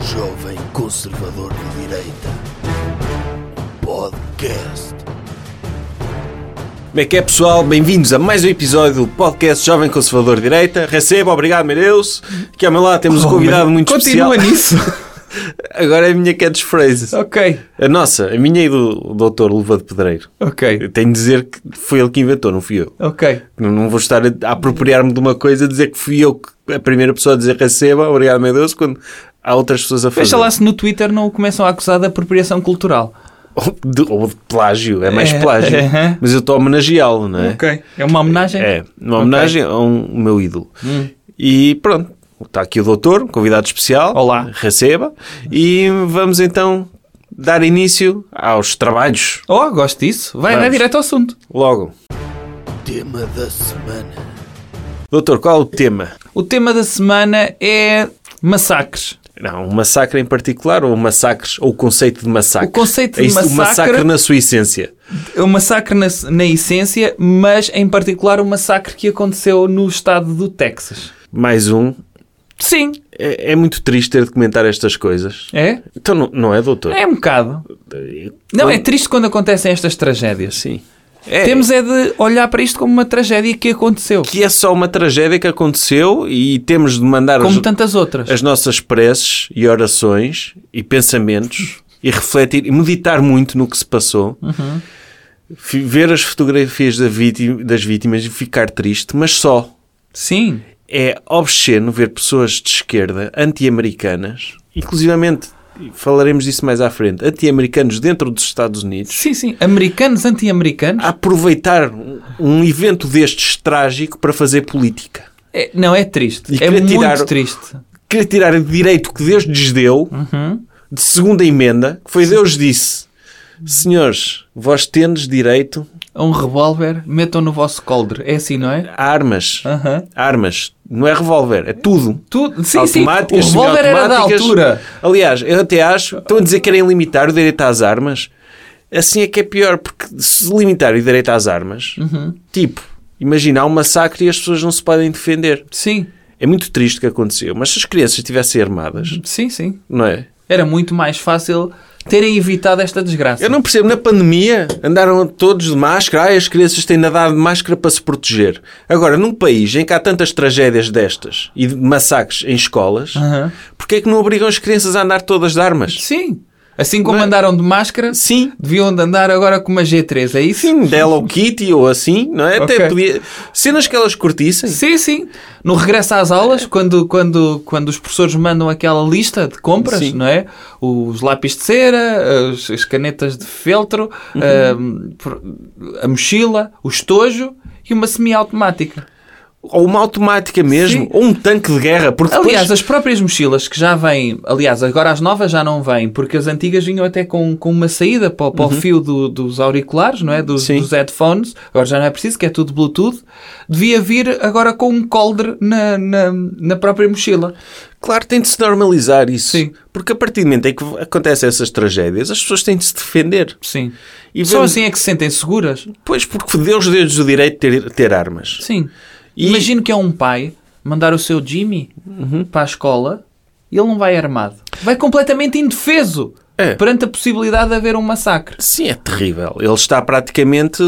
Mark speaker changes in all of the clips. Speaker 1: jovem conservador de direita. Podcast.
Speaker 2: Como é que é pessoal? Bem-vindos a mais um episódio do podcast Jovem Conservador de Direita. Receba, obrigado meu Deus. Aqui ao meu lado temos um convidado muito
Speaker 3: Oh, Continua
Speaker 2: especial.
Speaker 3: nisso.
Speaker 2: Agora é a minha catchphrase.
Speaker 3: ok,
Speaker 2: A nossa, a minha e do doutor Luva de Pedreiro. Eu
Speaker 3: ok,
Speaker 2: tenho de dizer que foi ele que inventou, não fui eu.
Speaker 3: ok.
Speaker 2: Não- Não vou estar a a apropriar-me de uma coisa, a dizer que fui eu que- a primeira pessoa a dizer receba, obrigado meu Deus, quando há outras pessoas a fazer.
Speaker 3: Veja lá se no Twitter não o começam a acusar de apropriação cultural.
Speaker 2: Ou de, ou de plágio, é mais
Speaker 3: É,
Speaker 2: plágio.
Speaker 3: é.
Speaker 2: Mas eu estou a homenageá-lo, não é?
Speaker 3: Ok. É uma homenagem?
Speaker 2: É, uma homenagem a um meu ídolo.
Speaker 3: Hum.
Speaker 2: E pronto, está aqui o doutor, um convidado especial.
Speaker 3: Olá.
Speaker 2: Receba. E vamos então dar início aos trabalhos.
Speaker 3: Oh, gosto disso. Vai, vai
Speaker 2: Vamos.
Speaker 3: direto ao assunto.
Speaker 2: Logo.
Speaker 1: Tema da semana.
Speaker 2: Doutor, qual é o tema?
Speaker 3: O tema da semana é massacres.
Speaker 2: Não, um massacre em particular ou massacres ou o conceito de massacre?
Speaker 3: O conceito de
Speaker 2: É isso, o
Speaker 3: massacre-
Speaker 2: massacre na sua essência.
Speaker 3: É um massacre na, na essência, mas em particular um massacre que aconteceu no estado do Texas.
Speaker 2: Mais um.
Speaker 3: Sim.
Speaker 2: É, é muito triste ter de comentar estas coisas.
Speaker 3: É?
Speaker 2: Então não, não é, doutor?
Speaker 3: É um bocado. Não, é triste quando acontecem estas tragédias.
Speaker 2: Sim. É,
Speaker 3: Temos é de olhar para isto como uma tragédia que aconteceu.
Speaker 2: que é só uma tragédia que aconteceu e temos de mandar
Speaker 3: Como
Speaker 2: as,
Speaker 3: tantas outras.
Speaker 2: as nossas preces e orações e pensamentos e refletir e meditar muito no que se passou. Fi- Ver as fotografias da vítima- das vítimas e ficar triste, mas só.
Speaker 3: Sim.
Speaker 2: É obsceno ver pessoas de esquerda anti-americanas, inclusivamente, e falaremos disso mais à frente, anti-americanos dentro dos Estados Unidos,
Speaker 3: Sim, sim. Americanos, anti-americanos.
Speaker 2: a aproveitar um- um evento destes trágico para fazer política.
Speaker 3: É- não, é triste.
Speaker 2: E
Speaker 3: é
Speaker 2: querer
Speaker 3: muito
Speaker 2: tirar-
Speaker 3: triste. Uhum.
Speaker 2: querer tirar o direito que Deus lhes deu de segunda emenda, que foi Deus disse: Senhores, vós tendes direito
Speaker 3: Um revólver, metam no vosso coldre. É assim, não é?
Speaker 2: a armas.
Speaker 3: Aham.
Speaker 2: Armas, não é revólver, é tudo.
Speaker 3: Tu, sim, sim. O
Speaker 2: Automáticas,
Speaker 3: revólver era da
Speaker 2: semiautomáticas.
Speaker 3: altura.
Speaker 2: Aliás, eu até acho, estão a dizer que querem limitar o direito às armas. Assim é que é pior, porque se limitar o direito às armas,
Speaker 3: Uhum.
Speaker 2: tipo, imagina, há um massacre e as pessoas não se podem defender.
Speaker 3: Sim,
Speaker 2: É muito triste o que aconteceu, mas se as crianças estivessem armadas,
Speaker 3: sim, sim.
Speaker 2: não é?
Speaker 3: Era muito mais fácil terem evitado esta desgraça.
Speaker 2: Eu não percebo, na pandemia andaram todos de máscara, ai, as crianças têm de andar de máscara para se proteger. Agora, num país em que há tantas tragédias destas e de massacres em escolas,
Speaker 3: Aham.
Speaker 2: porque é que não obrigam as crianças a andar todas de armas?
Speaker 3: Sim. Assim como andaram de máscara,
Speaker 2: é- Sim.
Speaker 3: deviam de andar agora com uma G3, é isso?
Speaker 2: Sim, de Hello Kitty ou assim, não é? Até
Speaker 3: Ok.
Speaker 2: podia... Cenas que elas curtissem.
Speaker 3: Sim, sim. No regresso às aulas, quando, quando, quando os professores mandam aquela lista de compras,
Speaker 2: Sim.
Speaker 3: não é? Os lápis de cera, as, as canetas de feltro, ah, por- a mochila, o estojo e uma semiautomática.
Speaker 2: Ou uma automática mesmo,
Speaker 3: Sim.
Speaker 2: ou um tanque de guerra, porque
Speaker 3: Aliás,
Speaker 2: depois...
Speaker 3: as próprias mochilas que já vêm, aliás, agora as novas já não vêm, porque as antigas vinham até com, com uma saída para, o- para o fio do- dos auriculares, não é? Dos,
Speaker 2: Uhum. Sim.
Speaker 3: dos headphones, agora já não é preciso, que é tudo Bluetooth. Devia vir agora com um coldre na- na, na própria mochila.
Speaker 2: Claro, tem de se normalizar isso.
Speaker 3: Sim.
Speaker 2: Porque a partir do momento em que acontecem essas tragédias, as pessoas têm de se defender.
Speaker 3: Sim.
Speaker 2: E
Speaker 3: Só
Speaker 2: vemos-
Speaker 3: assim é que se sentem seguras?
Speaker 2: Pois, porque Deus deu-lhes o direito de ter, ter armas.
Speaker 3: Sim.
Speaker 2: E- Uhum.
Speaker 3: Imagino que é um pai mandar o seu Jimmy para a escola e ele não vai armado. Vai completamente indefeso
Speaker 2: É.
Speaker 3: perante a possibilidade de haver um massacre.
Speaker 2: Sim, é terrível. Ele está praticamente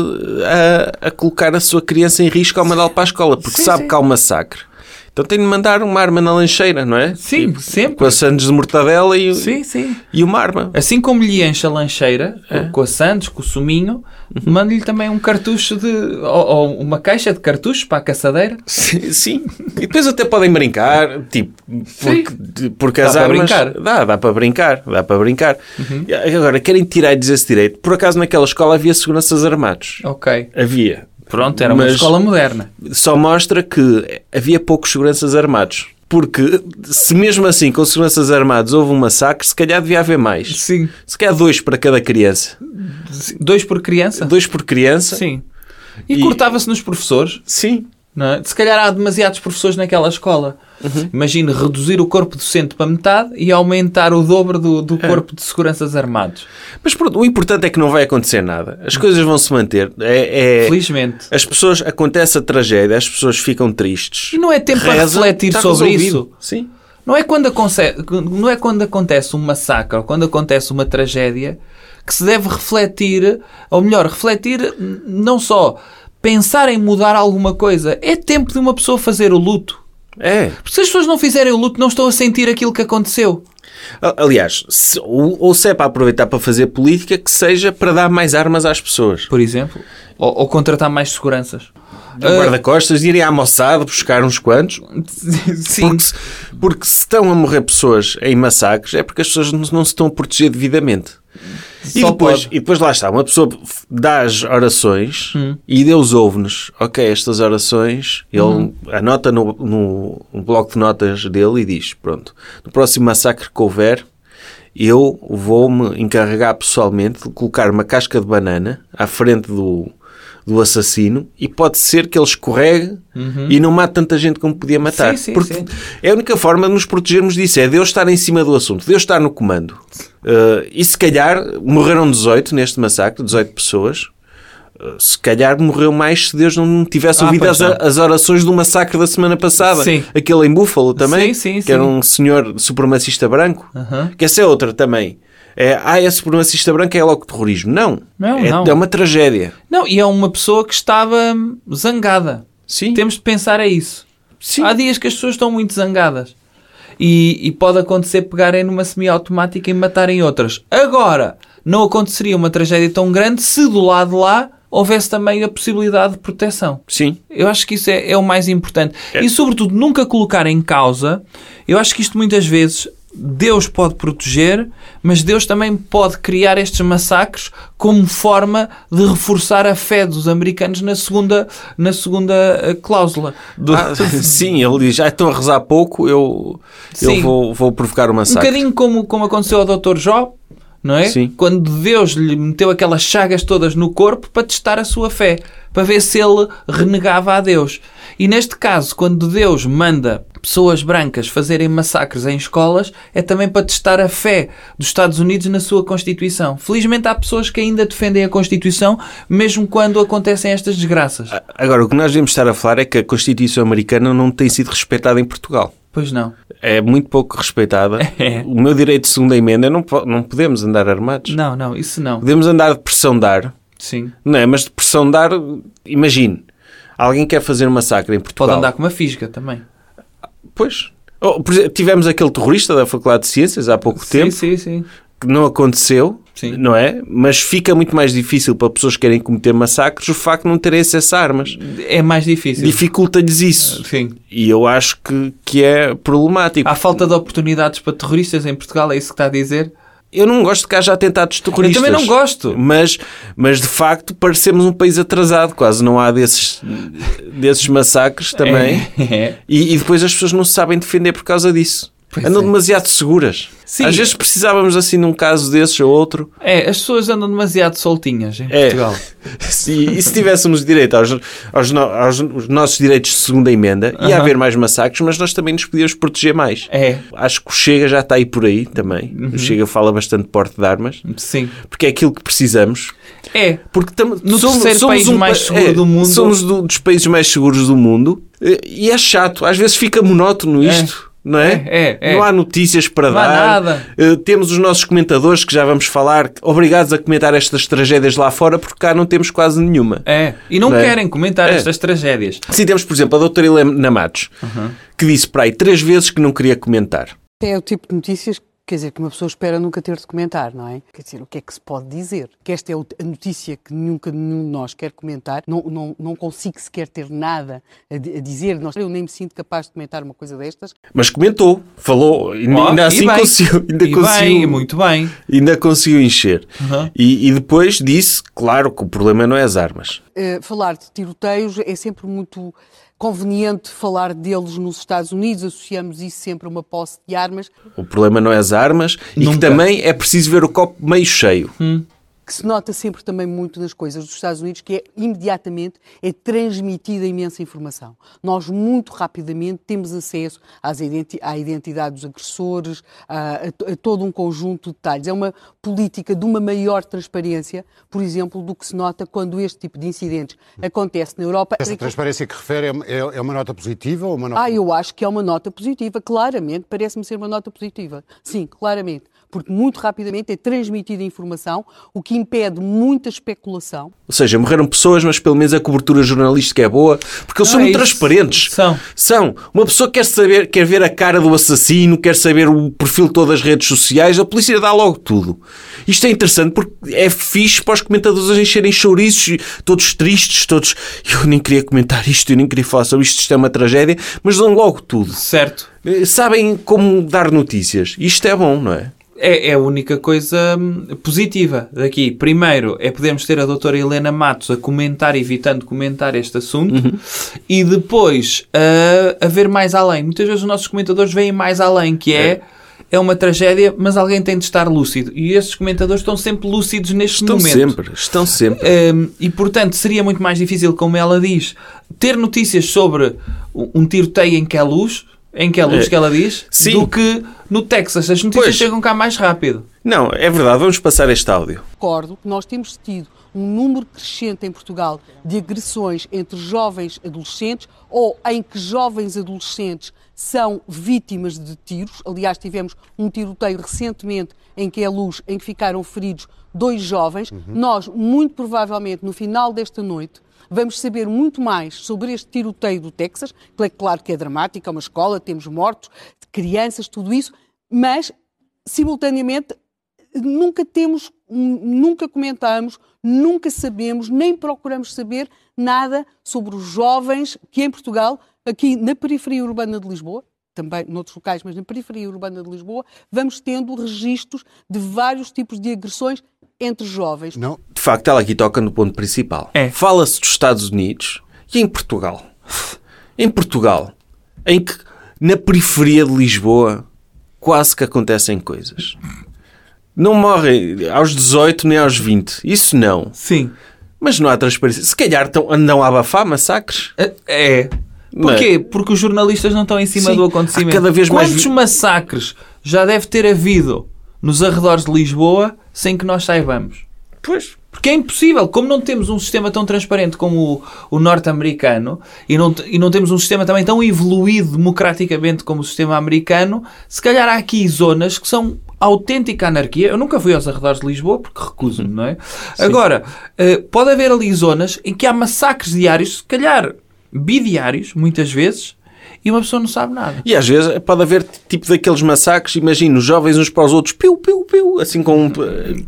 Speaker 2: a, a colocar a sua criança em risco ao mandá-lo para a escola, porque
Speaker 3: Sim,
Speaker 2: sabe
Speaker 3: sim.
Speaker 2: que há um massacre. Então tem de mandar uma arma na lancheira, não é?
Speaker 3: Sim, sempre.
Speaker 2: Com as sandes de mortadela e,
Speaker 3: Sim, sim.
Speaker 2: e uma arma.
Speaker 3: Assim como lhe enche a lancheira
Speaker 2: É.
Speaker 3: com a Santos, com o suminho,
Speaker 2: Uhum.
Speaker 3: manda-lhe também um cartucho de. Ou, ou uma caixa de cartuchos para a caçadeira.
Speaker 2: Sim. sim. E depois até podem brincar, tipo, porque, de- porque
Speaker 3: Dá
Speaker 2: as
Speaker 3: para
Speaker 2: armas...
Speaker 3: brincar. Uhum.
Speaker 2: Dá, dá para brincar, dá para brincar. E Agora, querem tirar-lhes esse direito. Por acaso naquela escola havia seguranças armados.
Speaker 3: Ok.
Speaker 2: Havia.
Speaker 3: Pronto, era uma
Speaker 2: Mas-
Speaker 3: escola moderna.
Speaker 2: só mostra que havia poucos seguranças armados. Porque se mesmo assim com seguranças armados houve um massacre, se calhar devia haver mais.
Speaker 3: Sim.
Speaker 2: Se calhar dois para cada criança.
Speaker 3: Dois por criança?
Speaker 2: Dois por criança.
Speaker 3: Sim. E,
Speaker 2: E-
Speaker 3: cortava-se nos professores,
Speaker 2: Sim.
Speaker 3: não é? Se calhar há demasiados professores naquela escola.
Speaker 2: Uhum.
Speaker 3: Imagine reduzir o corpo docente para metade e aumentar o dobro do, do
Speaker 2: É.
Speaker 3: corpo de seguranças armados.
Speaker 2: Mas pronto, o importante é que não vai acontecer nada. As coisas vão se manter. É, é-
Speaker 3: Felizmente.
Speaker 2: As pessoas... Acontece a tragédia, as pessoas ficam tristes.
Speaker 3: E não é tempo para
Speaker 2: Rezam,
Speaker 3: refletir
Speaker 2: está
Speaker 3: sobre
Speaker 2: resolvido.
Speaker 3: isso.
Speaker 2: Sim.
Speaker 3: Não é quando acontece, não é quando acontece um massacre ou quando acontece uma tragédia que se deve refletir, ou melhor, refletir n- não só pensar em mudar alguma coisa, é tempo de uma pessoa fazer o luto.
Speaker 2: É.
Speaker 3: Porque se as pessoas não fizerem o luto, não estão a sentir aquilo que aconteceu.
Speaker 2: A- Aliás, se- ou, ou se é para aproveitar para fazer política, que seja para dar mais armas às pessoas.
Speaker 3: Por exemplo, ou, ou contratar mais seguranças.
Speaker 2: O um
Speaker 3: Ah,
Speaker 2: guarda-costas irem à moçada buscar uns quantos.
Speaker 3: Sim.
Speaker 2: Porque se, porque se estão a morrer pessoas em massacres, é porque as pessoas não, não se estão a proteger devidamente. E
Speaker 3: Só
Speaker 2: depois,
Speaker 3: pode. Hum.
Speaker 2: e depois lá está, uma pessoa f- dá as orações e Deus ouve-nos. Ok, estas orações, ele
Speaker 3: Hum.
Speaker 2: anota no, no, no bloco de notas dele e diz: Pronto, no próximo massacre que houver, eu vou-me encarregar pessoalmente de colocar uma casca de banana à frente do, do assassino e pode ser que ele escorregue
Speaker 3: Uhum.
Speaker 2: e não mate tanta gente como podia matar.
Speaker 3: Sim, sim,
Speaker 2: Porque
Speaker 3: sim.
Speaker 2: é a única forma de nos protegermos disso, é Deus estar em cima do assunto, Deus estar no comando. Uh, e se calhar morreram 18 neste massacre, 18 pessoas. Uh, Se calhar morreu mais se Deus não tivesse
Speaker 3: Ah,
Speaker 2: ouvido
Speaker 3: pois
Speaker 2: as,
Speaker 3: não.
Speaker 2: as orações do massacre da semana passada.
Speaker 3: Sim.
Speaker 2: Aquele em Búfalo também,
Speaker 3: Sim, sim,
Speaker 2: que
Speaker 3: sim.
Speaker 2: era um senhor supremacista branco.
Speaker 3: Aham.
Speaker 2: Que essa é outra também. É, ah, é supremacista branco, é logo terrorismo. Não.
Speaker 3: Não,
Speaker 2: é,
Speaker 3: não.
Speaker 2: é uma tragédia.
Speaker 3: Não, e é uma pessoa que estava hum, zangada.
Speaker 2: Sim.
Speaker 3: Temos de pensar a isso.
Speaker 2: Sim.
Speaker 3: Há dias que as pessoas estão muito zangadas. E, e pode acontecer pegarem numa semiautomática e matarem outras. Agora, não aconteceria uma tragédia tão grande se do lado de lá houvesse também a possibilidade de proteção.
Speaker 2: Sim.
Speaker 3: Eu acho que isso é, é o mais importante. E, sobretudo, nunca colocar em causa. Eu acho que isto muitas vezes Deus pode proteger, mas Deus também pode criar estes massacres como forma de reforçar a fé dos americanos na segunda, na segunda eh, cláusula. Do-
Speaker 2: Ah, sim, ele diz, já estão a rezar pouco, eu, eu
Speaker 3: Sim.
Speaker 2: vou, vou provocar uma
Speaker 3: um
Speaker 2: massacre.
Speaker 3: bocadinho como, como aconteceu ao Dr. Jó, não é?
Speaker 2: Sim.
Speaker 3: Quando Deus lhe meteu aquelas chagas todas no corpo para testar a sua fé, para ver se ele renegava a Deus. E neste caso, quando Deus manda pessoas brancas fazerem massacres em escolas, é também para testar a fé dos Estados Unidos na sua Constituição. Felizmente há pessoas que ainda defendem a Constituição, mesmo quando acontecem estas desgraças.
Speaker 2: Agora, o que nós devemos estar a falar é que a Constituição Americana não tem sido respeitada em Portugal.
Speaker 3: Pois não.
Speaker 2: É muito pouco respeitada.
Speaker 3: É.
Speaker 2: O meu direito de segunda emenda, não, po- não podemos andar armados.
Speaker 3: Não, não, isso não.
Speaker 2: Podemos andar de pressão de ar,
Speaker 3: Sim.
Speaker 2: não é? Mas de pressão de ar, imagine, alguém quer fazer um massacre em Portugal.
Speaker 3: Pode andar com uma fisga também.
Speaker 2: Pois. Oh, por exemplo, tivemos aquele terrorista da Faculdade de Ciências há pouco tempo,
Speaker 3: Sim, sim, sim.
Speaker 2: que não aconteceu,
Speaker 3: Sim.
Speaker 2: não é? Mas fica muito mais difícil para pessoas que querem cometer massacres o facto de não terem acesso a armas.
Speaker 3: É mais difícil.
Speaker 2: Dificulta-lhes isso.
Speaker 3: Sim.
Speaker 2: E eu acho que, que é problemático.
Speaker 3: Há falta de oportunidades para terroristas em Portugal, é isso que está a dizer?
Speaker 2: Eu não gosto de que haja atentados terroristas.
Speaker 3: Eu também não gosto.
Speaker 2: Mas, mas de facto parecemos um país atrasado, quase não há desses, desses massacres também.
Speaker 3: É.
Speaker 2: E, e depois as pessoas não se sabem defender por causa disso.
Speaker 3: Pois
Speaker 2: Andam
Speaker 3: é.
Speaker 2: demasiado seguras.
Speaker 3: Sim.
Speaker 2: Às vezes precisávamos assim num caso desses ou outro.
Speaker 3: É, as pessoas andam demasiado soltinhas em
Speaker 2: É.
Speaker 3: Portugal.
Speaker 2: Se- e se tivéssemos direito aos, aos, no- aos- os nossos direitos de segunda emenda, ia
Speaker 3: Aham.
Speaker 2: haver mais massacres, mas nós também nos podíamos proteger mais.
Speaker 3: É.
Speaker 2: Acho que o Chega já está aí por aí também.
Speaker 3: Uhum.
Speaker 2: O Chega fala bastante de porte de armas,
Speaker 3: Sim.
Speaker 2: porque é aquilo que precisamos.
Speaker 3: É.
Speaker 2: Porque tam- um
Speaker 3: No terceiro país mais
Speaker 2: pa- é,
Speaker 3: seguro do mundo.
Speaker 2: Somos do- dos países mais seguros do mundo eh, e é chato. Às vezes fica monótono
Speaker 3: É.
Speaker 2: isto. Não é?
Speaker 3: É, é, é.
Speaker 2: Não há notícias para
Speaker 3: Não há
Speaker 2: dar.
Speaker 3: nada.
Speaker 2: Eh, temos os nossos comentadores que já vamos falar, obrigados a comentar estas tragédias lá fora, porque cá não temos quase nenhuma.
Speaker 3: É. E não
Speaker 2: Não é?
Speaker 3: querem comentar
Speaker 2: É.
Speaker 3: estas tragédias.
Speaker 2: Sim, temos, por exemplo, a doutora Helena Matos, que disse para aí três vezes que não queria comentar.
Speaker 4: É o tipo de notícias quer dizer, que uma pessoa espera nunca ter de comentar, não é? Quer dizer, o que é que se pode dizer? Que esta é o- a notícia que nunca nenhum de nós quer comentar, não, não, não consigo sequer ter nada a, di- a dizer, Nós- eu nem me sinto capaz de comentar uma coisa destas.
Speaker 2: Mas comentou, falou, e
Speaker 3: Ó,
Speaker 2: ainda
Speaker 3: Oh, e
Speaker 2: assim
Speaker 3: bem.
Speaker 2: conseguiu, ainda
Speaker 3: e
Speaker 2: conseguiu,
Speaker 3: bem, muito bem.
Speaker 2: ainda conseguiu encher.
Speaker 3: Uhum.
Speaker 2: E, e depois disse, claro que o problema não é as armas.
Speaker 4: Eh, falar de tiroteios é sempre muito conveniente falar deles nos Estados Unidos, associamos isso sempre a uma posse de armas,
Speaker 2: O problema não é as armas e que
Speaker 3: Nunca.
Speaker 2: também é preciso ver o copo meio cheio.
Speaker 4: que se nota sempre também muito nas coisas dos Estados Unidos, que é imediatamente é transmitida imensa informação. Nós muito rapidamente temos acesso às identi- à identidade dos agressores, a, a to- a todo um conjunto de detalhes. É uma política de uma maior transparência, por exemplo, do que se nota quando este tipo de incidentes acontece na Europa.
Speaker 5: Essa transparência que refere é, é- é uma nota positiva ou uma nota
Speaker 4: Ah, eu acho que é uma nota positiva, claramente, parece-me ser uma nota positiva. Sim, claramente. Porque muito rapidamente é transmitida a informação, o que impede muita especulação.
Speaker 2: Ou seja, morreram pessoas, mas pelo menos a cobertura jornalística é boa, porque eles
Speaker 3: Não,
Speaker 2: são
Speaker 3: é
Speaker 2: muito
Speaker 3: isso.
Speaker 2: transparentes.
Speaker 3: São.
Speaker 2: São. Uma pessoa quer saber, quer ver a cara do assassino, quer saber o perfil de todas as redes sociais, a polícia dá logo tudo. Isto é interessante porque é fixe para os comentadores encherem chouriços, todos tristes, todos. Eu nem queria comentar isto, eu nem queria falar sobre isto, isto é uma tragédia, mas dão logo tudo.
Speaker 3: Certo.
Speaker 2: Eh, Sabem como dar notícias. Isto é bom, não é?
Speaker 3: É, é a única coisa hum, positiva daqui. Primeiro é podermos ter a doutora Helena Matos a comentar, evitando comentar este assunto,
Speaker 2: Uhum.
Speaker 3: e depois ah, a ver mais além. Muitas vezes os nossos comentadores veem mais além, que é, é. uma tragédia, mas alguém tem de estar lúcido. E esses comentadores estão sempre lúcidos neste
Speaker 2: Estão
Speaker 3: momento.
Speaker 2: sempre, estão sempre.
Speaker 3: Hum, e portanto seria muito mais difícil, como ela diz, ter notícias sobre um um tiroteio em que é luz, em que é luz
Speaker 2: É.
Speaker 3: que ela diz,
Speaker 2: Sim.
Speaker 3: do que no Texas. As notícias
Speaker 2: Pois.
Speaker 3: chegam cá mais rápido.
Speaker 2: Não, é verdade, vamos passar este áudio.
Speaker 4: Recordo que nós temos tido um número crescente em Portugal de agressões entre jovens adolescentes ou em que jovens adolescentes são vítimas de tiros. Aliás, tivemos um tiroteio recentemente em que é luz, em que ficaram feridos dois jovens. Nós, muito provavelmente, no final desta noite, Vamos saber muito mais sobre este tiroteio do Texas, que é claro que é dramático, é uma escola, temos mortos, crianças, tudo isso, mas, simultaneamente, nunca temos, n- nunca comentamos, nunca sabemos, nem procuramos saber nada sobre os jovens que em Portugal, aqui na periferia urbana de Lisboa, também noutros locais, mas na periferia urbana de Lisboa, vamos tendo registros de vários tipos de agressões entre jovens.
Speaker 5: não,
Speaker 2: De facto, ela aqui toca no ponto principal.
Speaker 3: É.
Speaker 2: Fala-se dos Estados Unidos e em Portugal. Em Portugal, em que na periferia de Lisboa quase que acontecem coisas. Não morrem aos 18 nem aos 20. Isso não.
Speaker 3: Sim.
Speaker 2: Mas não há transparência. Se calhar tão, andam a abafar massacres.
Speaker 3: É.
Speaker 2: Não é?
Speaker 3: Porquê? Porque os jornalistas não estão em cima
Speaker 2: Sim.
Speaker 3: do acontecimento.
Speaker 2: Há cada vez mais
Speaker 3: Quantos
Speaker 2: vi-
Speaker 3: massacres já deve ter havido nos arredores de Lisboa sem que nós saibamos?
Speaker 2: Pois.
Speaker 3: Porque é impossível, como não temos um sistema tão transparente como o, o norte-americano e não, te- e não temos um sistema também tão evoluído democraticamente como o sistema americano, se calhar há aqui zonas que são autêntica anarquia. Eu nunca fui aos arredores de Lisboa porque recuso-me, não é? Agora, eh, pode haver ali zonas em que há massacres diários, se calhar bidiários, muitas vezes, e uma pessoa não sabe nada.
Speaker 2: E às vezes pode haver tipo daqueles massacres, imagino, jovens uns para os outros, piu, piu, piu, assim com,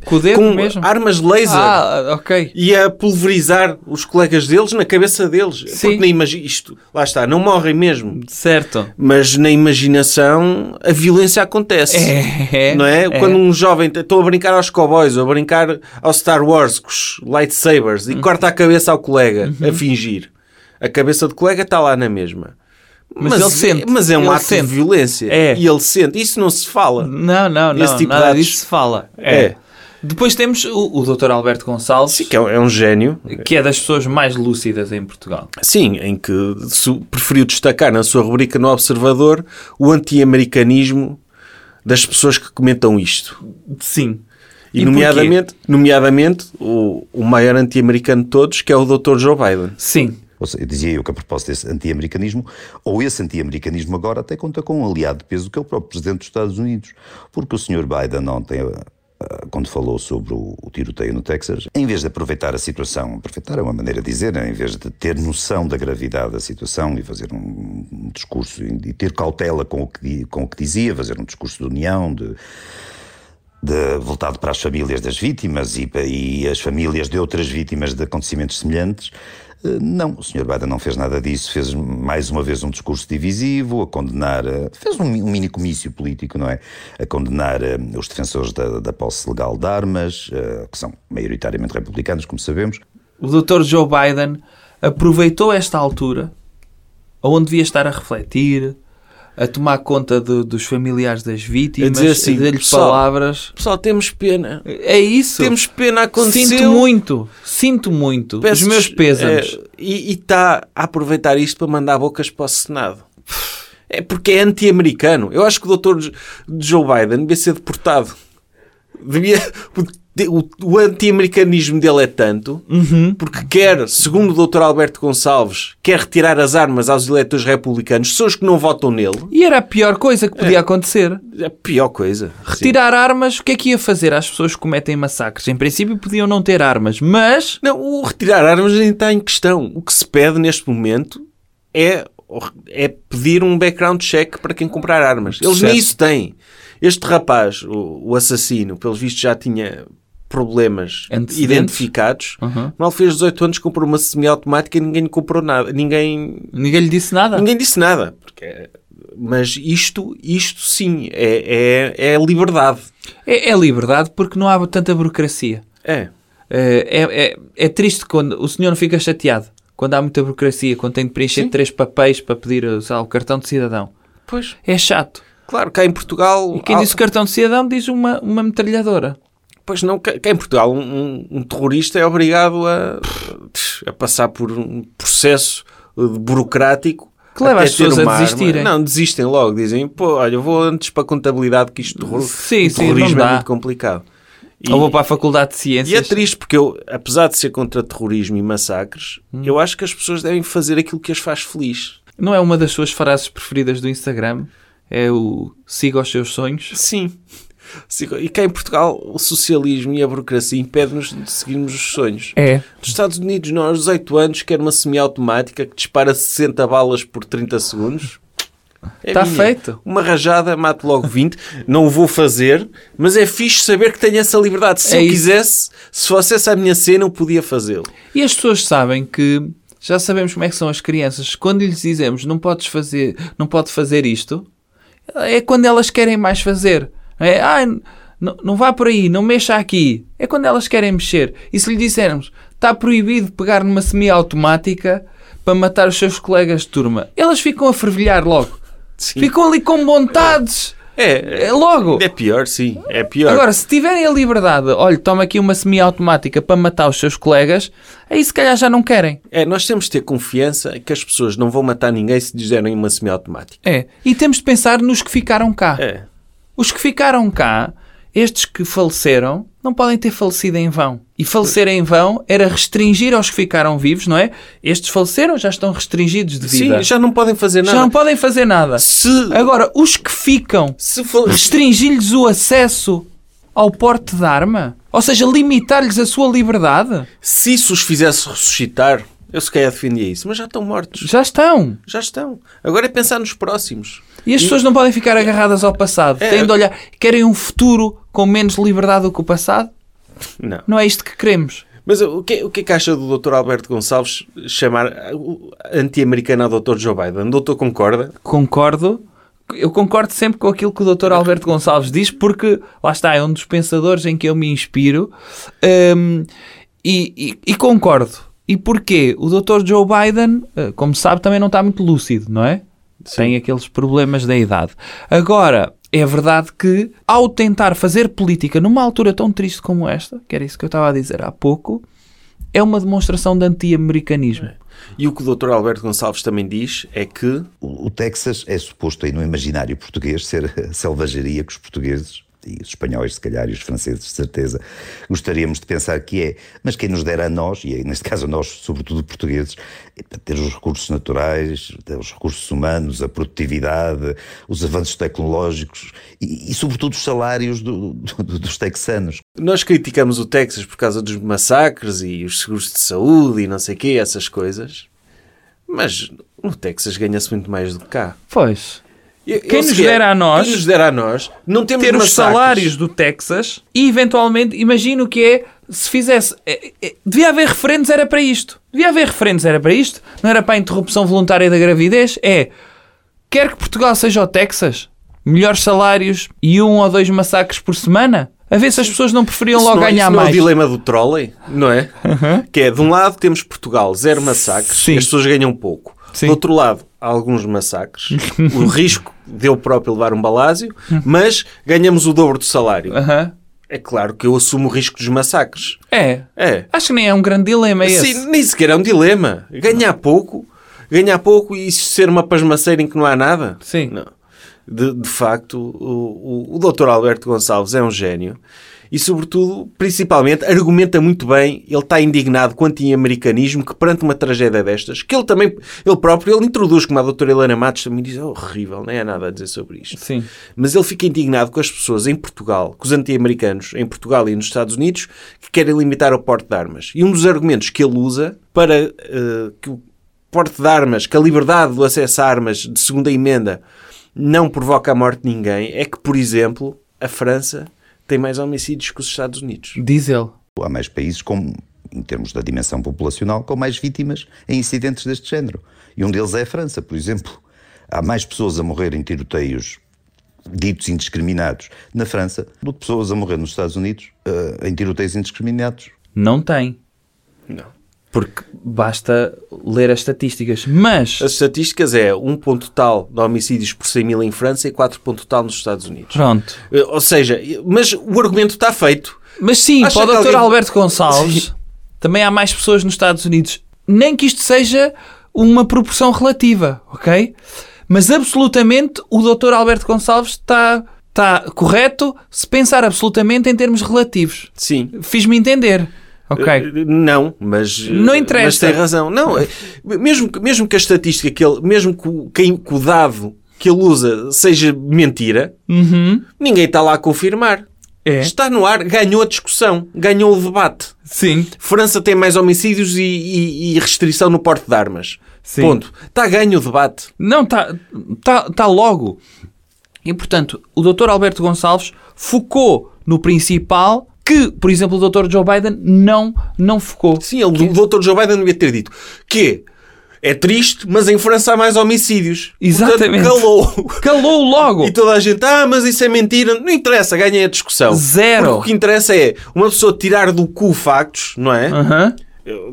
Speaker 3: Com o dedo
Speaker 2: com
Speaker 3: mesmo?
Speaker 2: armas de laser.
Speaker 3: Ah, ok.
Speaker 2: e a pulverizar os colegas deles na cabeça deles.
Speaker 3: Sim.
Speaker 2: Porque nem imagi- isto, lá está, não morrem mesmo.
Speaker 3: Certo.
Speaker 2: Mas na imaginação a violência acontece.
Speaker 3: É,
Speaker 2: não é?
Speaker 3: é.
Speaker 2: Quando um jovem estou a brincar aos cowboys ou a brincar ao Star Wars com os lightsabers
Speaker 3: Uhum.
Speaker 2: e corta a cabeça ao colega a fingir. A cabeça do colega está lá na mesma.
Speaker 3: Mas ele sente.
Speaker 2: Mas é um
Speaker 3: Ele
Speaker 2: ato
Speaker 3: sente.
Speaker 2: de violência.
Speaker 3: É. Uhum.
Speaker 2: E ele sente. Isso não se fala.
Speaker 3: Não, não, não.
Speaker 2: Esse tipo
Speaker 3: nada
Speaker 2: de atos.
Speaker 3: disso se fala.
Speaker 2: É.
Speaker 3: Depois temos o, o Dr. Alberto Gonçalves,
Speaker 2: Sim, que é um- é um gênio.
Speaker 3: que é das pessoas mais lúcidas em Portugal.
Speaker 2: Sim, em que su- preferiu destacar na sua rubrica no Observador o anti-americanismo das pessoas que comentam isto.
Speaker 3: Sim.
Speaker 2: E,
Speaker 3: E
Speaker 2: nomeadamente, nomeadamente o, o maior anti-americano de todos, que é o Dr. Joe Biden.
Speaker 3: Sim.
Speaker 6: Ou seja, dizia eu que a propósito desse anti-americanismo, ou esse anti-americanismo agora até conta com um aliado de peso que é o próprio Presidente dos Estados Unidos. Porque o Sr. Biden ontem, ah, ah, quando falou sobre o, o tiroteio no Texas, em vez de aproveitar a situação, aproveitar é uma maneira de dizer, né? em vez de ter noção da gravidade da situação e fazer um, um discurso e e ter cautela com o, que, di- com o que dizia, fazer um discurso de união, de, de- voltado para as famílias das vítimas e, pa- e as famílias de outras vítimas de acontecimentos semelhantes. Eh, Não, o Sr. Biden não fez nada disso, fez mais uma vez um discurso divisivo, a condenar, eh, fez um, mi- um mini comício político, não é? A condenar eh, os defensores da, da posse legal de armas, eh, que são maioritariamente republicanos, como sabemos,
Speaker 3: O Dr. Joe Biden aproveitou esta altura, onde devia estar a refletir, a tomar conta do- dos familiares das vítimas,
Speaker 2: A dizer assim,
Speaker 3: a dar-lhes
Speaker 2: "Pessoal,
Speaker 3: palavras.
Speaker 2: Pessoal, temos pena.
Speaker 3: É isso.
Speaker 2: Temos pena aconteceu.
Speaker 3: Sinto muito, sinto muito.
Speaker 2: Peço
Speaker 3: Os meus
Speaker 2: des-
Speaker 3: pêsames.
Speaker 2: é, e está a aproveitar isto para mandar bocas para o Senado. É porque é anti-americano. Eu acho que o doutor Joe Biden devia ser deportado. Devia... O, o anti-americanismo dele é tanto
Speaker 3: Uhum.
Speaker 2: porque quer, segundo o Dr. Alberto Gonçalves, quer retirar as armas aos eleitores republicanos, pessoas que não votam nele.
Speaker 3: E era a pior coisa que podia acontecer.
Speaker 2: É a pior coisa. Sim.
Speaker 3: Tirar armas, o que é que ia fazer às pessoas que cometem massacres? Em princípio podiam não ter armas, mas
Speaker 2: Não, o retirar armas nem está em questão. O que se pede neste momento é, é pedir um background check para quem comprar armas. Eles
Speaker 3: Certo.
Speaker 2: nem isso têm. Este rapaz, o, o assassino, pelo visto já tinha problemas
Speaker 3: Antecedentes?
Speaker 2: identificados.
Speaker 3: Uhum.
Speaker 2: Mal fez 18 anos, comprou uma semiautomática e ninguém lhe comprou nada. Ninguém
Speaker 3: ninguém lhe disse nada.
Speaker 2: Ninguém disse nada. Porque- é, Mas isto, isto sim, é, é, é liberdade.
Speaker 3: É, é liberdade porque não há tanta burocracia.
Speaker 2: É.
Speaker 3: É, é- é- é triste quando o senhor não fica chateado. Quando há muita burocracia, quando tem de preencher três papéis para pedir sei lá, o cartão de cidadão.
Speaker 2: Pois.
Speaker 3: É chato.
Speaker 2: Claro, cá em Portugal.
Speaker 3: E quem
Speaker 2: há-
Speaker 3: diz o cartão de cidadão diz uma, uma metralhadora.
Speaker 2: Pois não, cá cá em Portugal, um, um- um terrorista é obrigado a, a passar por um processo uh, burocrático
Speaker 3: Que leva
Speaker 2: até
Speaker 3: as pessoas
Speaker 2: ter uma
Speaker 3: a
Speaker 2: arma.
Speaker 3: desistirem.
Speaker 2: Não, desistem logo, dizem, pô, olha, eu vou antes para a contabilidade que isto terror,
Speaker 3: Sim,
Speaker 2: o
Speaker 3: sim, não
Speaker 2: terrorismo
Speaker 3: dá.
Speaker 2: é muito complicado. E,
Speaker 3: Ou vou para a Faculdade de Ciências.
Speaker 2: e é triste porque eu, apesar de ser contra terrorismo e massacres,
Speaker 3: Hum.
Speaker 2: eu acho que as pessoas devem fazer aquilo que as faz feliz.
Speaker 3: Não é uma das suas frases preferidas do Instagram? É o siga os seus sonhos?
Speaker 2: Sim. Sim, E cá em Portugal, o socialismo e a burocracia impedem-nos de seguirmos os sonhos.
Speaker 3: É.
Speaker 2: Nos Estados Unidos, não, aos 18 anos, quer uma semiautomática que dispara 60 balas por 30 segundos. É
Speaker 3: Tá
Speaker 2: minha.
Speaker 3: feito.
Speaker 2: Uma rajada, mato logo 20. não o vou fazer, mas é fixe saber que tenho essa liberdade. Se
Speaker 3: É
Speaker 2: eu
Speaker 3: isso.
Speaker 2: quisesse, se fosse essa a minha cena, eu podia fazê-lo.
Speaker 3: E as pessoas sabem que já sabemos como é que são as crianças. Quando lhes dizemos não podes fazer, não pode fazer isto, é quando elas querem mais fazer. É, ah, n- não vá por aí, não mexa aqui. É quando elas querem mexer. E se lhe dissermos está proibido pegar numa semiautomática para matar os seus colegas de turma, elas ficam a fervilhar logo. Ficam ali com vontades.
Speaker 2: É,
Speaker 3: É logo.
Speaker 2: é pior, sim. É pior.
Speaker 3: Agora, se tiverem a liberdade, olha, toma aqui uma semiautomática para matar os seus colegas, aí se calhar já não querem.
Speaker 2: É, nós temos de ter confiança que as pessoas não vão matar ninguém se dizerem uma semiautomática.
Speaker 3: É. E temos de pensar nos que ficaram cá.
Speaker 2: É.
Speaker 3: Os que ficaram cá, estes que faleceram, não podem ter falecido em vão. E falecer em vão era restringir aos que ficaram vivos, não é? Estes faleceram, já estão restringidos de vida.
Speaker 2: Sim, já não podem fazer
Speaker 3: Já
Speaker 2: nada.
Speaker 3: não podem fazer nada.
Speaker 2: Se-
Speaker 3: Agora, os que ficam,
Speaker 2: Se for...
Speaker 3: restringir-lhes o acesso ao porte de arma? Ou seja, limitar-lhes a sua liberdade?
Speaker 2: Se isso os fizesse ressuscitar, eu se calhar defendia isso, mas já estão mortos.
Speaker 3: Já estão.
Speaker 2: Já estão. Agora é pensar nos próximos.
Speaker 3: E as pessoas não podem ficar agarradas ao passado.
Speaker 2: É.
Speaker 3: Têm de olhar. Querem um futuro com menos liberdade do que o passado?
Speaker 2: Não.
Speaker 3: Não é isto que queremos.
Speaker 2: Mas o que, o que é que acha do Dr. Alberto Gonçalves chamar ah, o anti-americano ao Dr. Joe Biden? O doutor concorda?
Speaker 3: Concordo. Eu concordo sempre com aquilo que o Dr. Alberto Gonçalves diz, porque lá está, é um dos pensadores em que eu me inspiro. Hum, e, e- e concordo. E porquê? O Dr. Joe Biden, eh, como sabe, também não está muito lúcido, não é? Tem aqueles problemas da idade. Agora, é verdade que, ao tentar fazer política numa altura tão triste como esta, que era isso que eu estava a dizer há pouco, é uma demonstração de anti-americanismo.
Speaker 2: E o que o Dr. Alberto Gonçalves também diz é que
Speaker 6: O, o Texas é suposto aí no imaginário português ser a selvageria que os portugueses e os espanhóis, se calhar, e os franceses, de certeza, gostaríamos de pensar que é. Mas quem nos dera a nós, e neste caso a nós, sobretudo portugueses, é para ter os recursos naturais, ter os recursos humanos, a produtividade, os avanços tecnológicos e, e sobretudo, os salários do- do- dos texanos.
Speaker 2: nós criticamos o Texas por causa dos massacres e os seguros de saúde e não sei o quê, essas coisas. Mas no Texas ganha-se muito mais do que cá.
Speaker 3: Pois.
Speaker 2: Eu-
Speaker 3: Quem
Speaker 2: eu
Speaker 3: nos
Speaker 2: sequer-
Speaker 3: dera a nós-
Speaker 2: Quem nos dera a nós... Não temos
Speaker 3: ter os
Speaker 2: massacres.
Speaker 3: salários do Texas e eventualmente, imagino que é, se fizesse, é, é, devia haver referendos, era para isto. Devia haver referendos, era para isto. Não era para a interrupção voluntária da gravidez. É, quer que Portugal seja o Texas, melhores salários e um ou dois massacres por semana, a ver se as pessoas não preferiam
Speaker 2: Isso
Speaker 3: Então logo
Speaker 2: não é-
Speaker 3: ganhar
Speaker 2: isso não é o
Speaker 3: mais.
Speaker 2: dilema do trolley, não é? Que é, de um lado temos Portugal, zero massacres,
Speaker 3: Sim.
Speaker 2: as pessoas ganham pouco.
Speaker 3: Sim.
Speaker 2: Do outro lado, há alguns massacres, o risco deu próprio levar um balásio,
Speaker 3: Hum.
Speaker 2: mas ganhamos o dobro do salário.
Speaker 3: Aham.
Speaker 2: É claro que eu assumo o risco dos massacres.
Speaker 3: É.
Speaker 2: É.
Speaker 3: Acho que nem é um grande dilema esse.
Speaker 2: Sim, nem sequer é um dilema. Ganhar pouco, ganhar pouco e isso ser uma pasmaceira em que não há nada.
Speaker 3: Sim.
Speaker 2: Não. De, de facto, o, o, o Dr. Alberto Gonçalves é um gênio e, sobretudo, principalmente, argumenta muito bem. Ele está indignado com o anti-americanismo que, perante uma tragédia destas, que ele também, ele próprio, ele introduz, como a doutora Helena Matos também diz, é horrível, nem há nada a dizer sobre isto.
Speaker 3: Sim.
Speaker 2: Mas ele fica indignado com as pessoas em Portugal, com os anti-americanos em Portugal e nos Estados Unidos, que querem limitar o porte de armas. E um dos argumentos que ele usa para eh, que o porte de armas, que a liberdade do acesso a armas de segunda emenda não provoca a morte de ninguém, é que, por exemplo, a França tem mais homicídios que os Estados Unidos.
Speaker 3: Diz ele.
Speaker 6: Há mais países com, em termos da dimensão populacional, com mais vítimas em incidentes deste género. E um deles é a França, por exemplo. Há mais pessoas a morrer em tiroteios ditos indiscriminados na França do que pessoas a morrer nos Estados Unidos eh, em tiroteios indiscriminados.
Speaker 3: Não tem.
Speaker 2: Não.
Speaker 3: Porque basta ler as estatísticas. Mas.
Speaker 2: As estatísticas é um ponto tal de homicídios por 100 mil em França e quatro ponto tal nos Estados Unidos.
Speaker 3: Pronto.
Speaker 2: Eh, Ou seja, mas o argumento está feito.
Speaker 3: Mas sim,
Speaker 2: Acha
Speaker 3: para o Dr.
Speaker 2: que alguém-
Speaker 3: Alberto Gonçalves, também há mais pessoas nos Estados Unidos. Nem que isto seja uma proporção relativa, ok? Mas absolutamente o Dr. Alberto Gonçalves está, está correto se pensar absolutamente em termos relativos.
Speaker 2: Sim.
Speaker 3: Fiz-me entender, ok?
Speaker 2: Eh, Não, mas eh,
Speaker 3: Não interessa.
Speaker 2: Mas tem razão. Não, eh, mesmo que, mesmo que a estatística que ele, mesmo que o, que que o dado que ele usa seja mentira,
Speaker 3: Uhum.
Speaker 2: ninguém está lá a confirmar.
Speaker 3: É.
Speaker 2: Está no ar, ganhou a discussão, ganhou o debate.
Speaker 3: Sim.
Speaker 2: França tem mais homicídios e, e- e restrição no porte de armas.
Speaker 3: Sim.
Speaker 2: Ponto. Está ganho o debate.
Speaker 3: Não, está tá, tá logo. E, portanto, o Dr. Alberto Gonçalves focou no principal que, por exemplo, o Dr. Joe Biden não, não focou.
Speaker 2: Sim, ele, o doutor Joe Biden devia ter dito que é triste, mas em França há mais homicídios.
Speaker 3: Exatamente.
Speaker 2: Portanto, calou.
Speaker 3: Calou logo.
Speaker 2: E toda a gente, ah, mas isso é mentira. Não interessa, ganhem a discussão.
Speaker 3: Zero.
Speaker 2: Porque o que interessa é uma pessoa tirar do cu factos, não é?
Speaker 3: Aham.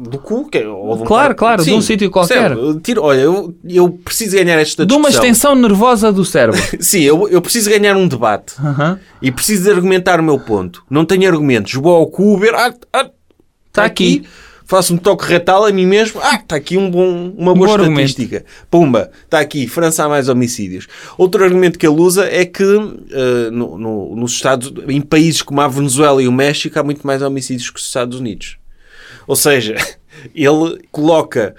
Speaker 2: Do cu, que é- ou de um
Speaker 3: Ah. Claro,
Speaker 2: par-
Speaker 3: claro, de um sítio qualquer.
Speaker 2: percebe? Eu Tiro, olha, eu, eu preciso ganhar esta
Speaker 3: De uma
Speaker 2: discussão.
Speaker 3: extensão nervosa do cérebro.
Speaker 2: Sim, eu, eu preciso ganhar um debate.
Speaker 3: Aham.
Speaker 2: E preciso de argumentar o meu ponto. Não tenho argumentos. Vou ao cu ver, ah, ah, tá
Speaker 3: Tá aqui.
Speaker 2: Faço um toque retal a mim mesmo. Ah, está aqui um bom, uma boa
Speaker 3: bom argumento.
Speaker 2: estatística. Pumba, está aqui. França há mais homicídios. Outro argumento que ele usa é que eh, no- no- nos Estados, em países como a Venezuela e o México há muito mais homicídios que os Estados Unidos. Ou seja, ele coloca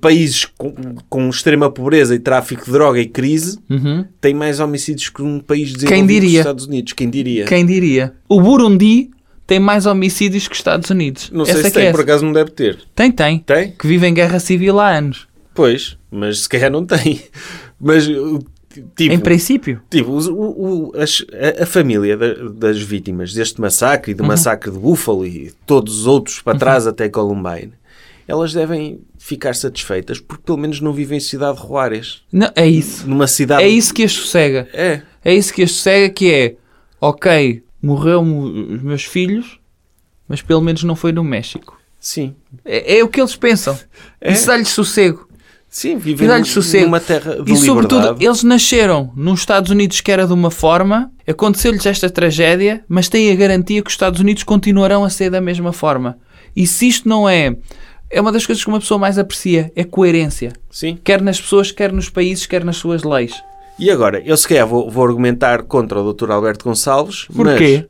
Speaker 2: países com, com extrema pobreza e tráfico de droga e crise
Speaker 3: Uhum.
Speaker 2: têm mais homicídios que um país desenvolvido que os
Speaker 3: diria?
Speaker 2: Estados Unidos. Quem diria?
Speaker 3: Quem diria? O Burundi tem mais homicídios que os Estados Unidos.
Speaker 2: Não sei
Speaker 3: Essa
Speaker 2: se
Speaker 3: que é
Speaker 2: tem,
Speaker 3: essa.
Speaker 2: por acaso não deve ter.
Speaker 3: Tem, tem.
Speaker 2: Tem?
Speaker 3: Que vive em guerra civil há anos.
Speaker 2: Pois, mas se calhar não tem. Mas, uh, tipo,
Speaker 3: Em princípio.
Speaker 2: tipo os- o- o- as- a, a família da- das vítimas deste massacre e
Speaker 3: Uhum.
Speaker 2: do massacre de Buffalo e todos os outros para trás até Columbine, elas devem ficar satisfeitas porque pelo menos não vivem em Cidade de Juárez.
Speaker 3: Não, é isso.
Speaker 2: Numa cidade...
Speaker 3: É isso que as sossega.
Speaker 2: É.
Speaker 3: É isso que as sossega que é, ok, morreu-me os meus filhos, mas pelo menos não foi no México.
Speaker 2: Sim.
Speaker 3: É, é o que eles pensam.
Speaker 2: É?
Speaker 3: Isso dá-lhes sossego.
Speaker 2: Sim,
Speaker 3: E
Speaker 2: vivem
Speaker 3: dá-lhes sossego.
Speaker 2: numa terra de
Speaker 3: e sobretudo,
Speaker 2: liberdade.
Speaker 3: eles nasceram nos Estados Unidos que era de uma forma, aconteceu-lhes esta tragédia, mas têm a garantia que os Estados Unidos continuarão a ser da mesma forma. E se isto não é... É uma das coisas que uma pessoa mais aprecia, é coerência.
Speaker 2: Sim.
Speaker 3: Quer nas pessoas, quer nos países, quer nas suas leis.
Speaker 2: E agora, eu se calhar vou, vou argumentar contra o Dr. Alberto Gonçalves. mas-
Speaker 3: Porquê?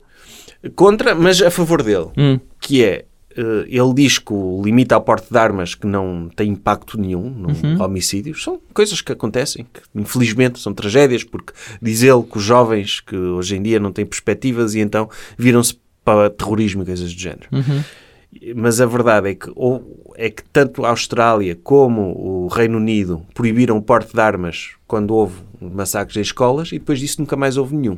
Speaker 2: Contra, mas a favor dele.
Speaker 3: Hum.
Speaker 2: Que é, eh, ele diz que o limite ao porte de armas que não tem impacto nenhum no
Speaker 3: Uhum.
Speaker 2: homicídio. São coisas que acontecem, que infelizmente são tragédias, porque diz ele que os jovens que hoje em dia não têm perspectivas e então viram-se para terrorismo e coisas do
Speaker 3: Uhum.
Speaker 2: género. Mas a verdade é que, ou- é que tanto a Austrália como o Reino Unido proibiram o porte de armas quando houve massacres em escolas e depois disso nunca mais houve nenhum.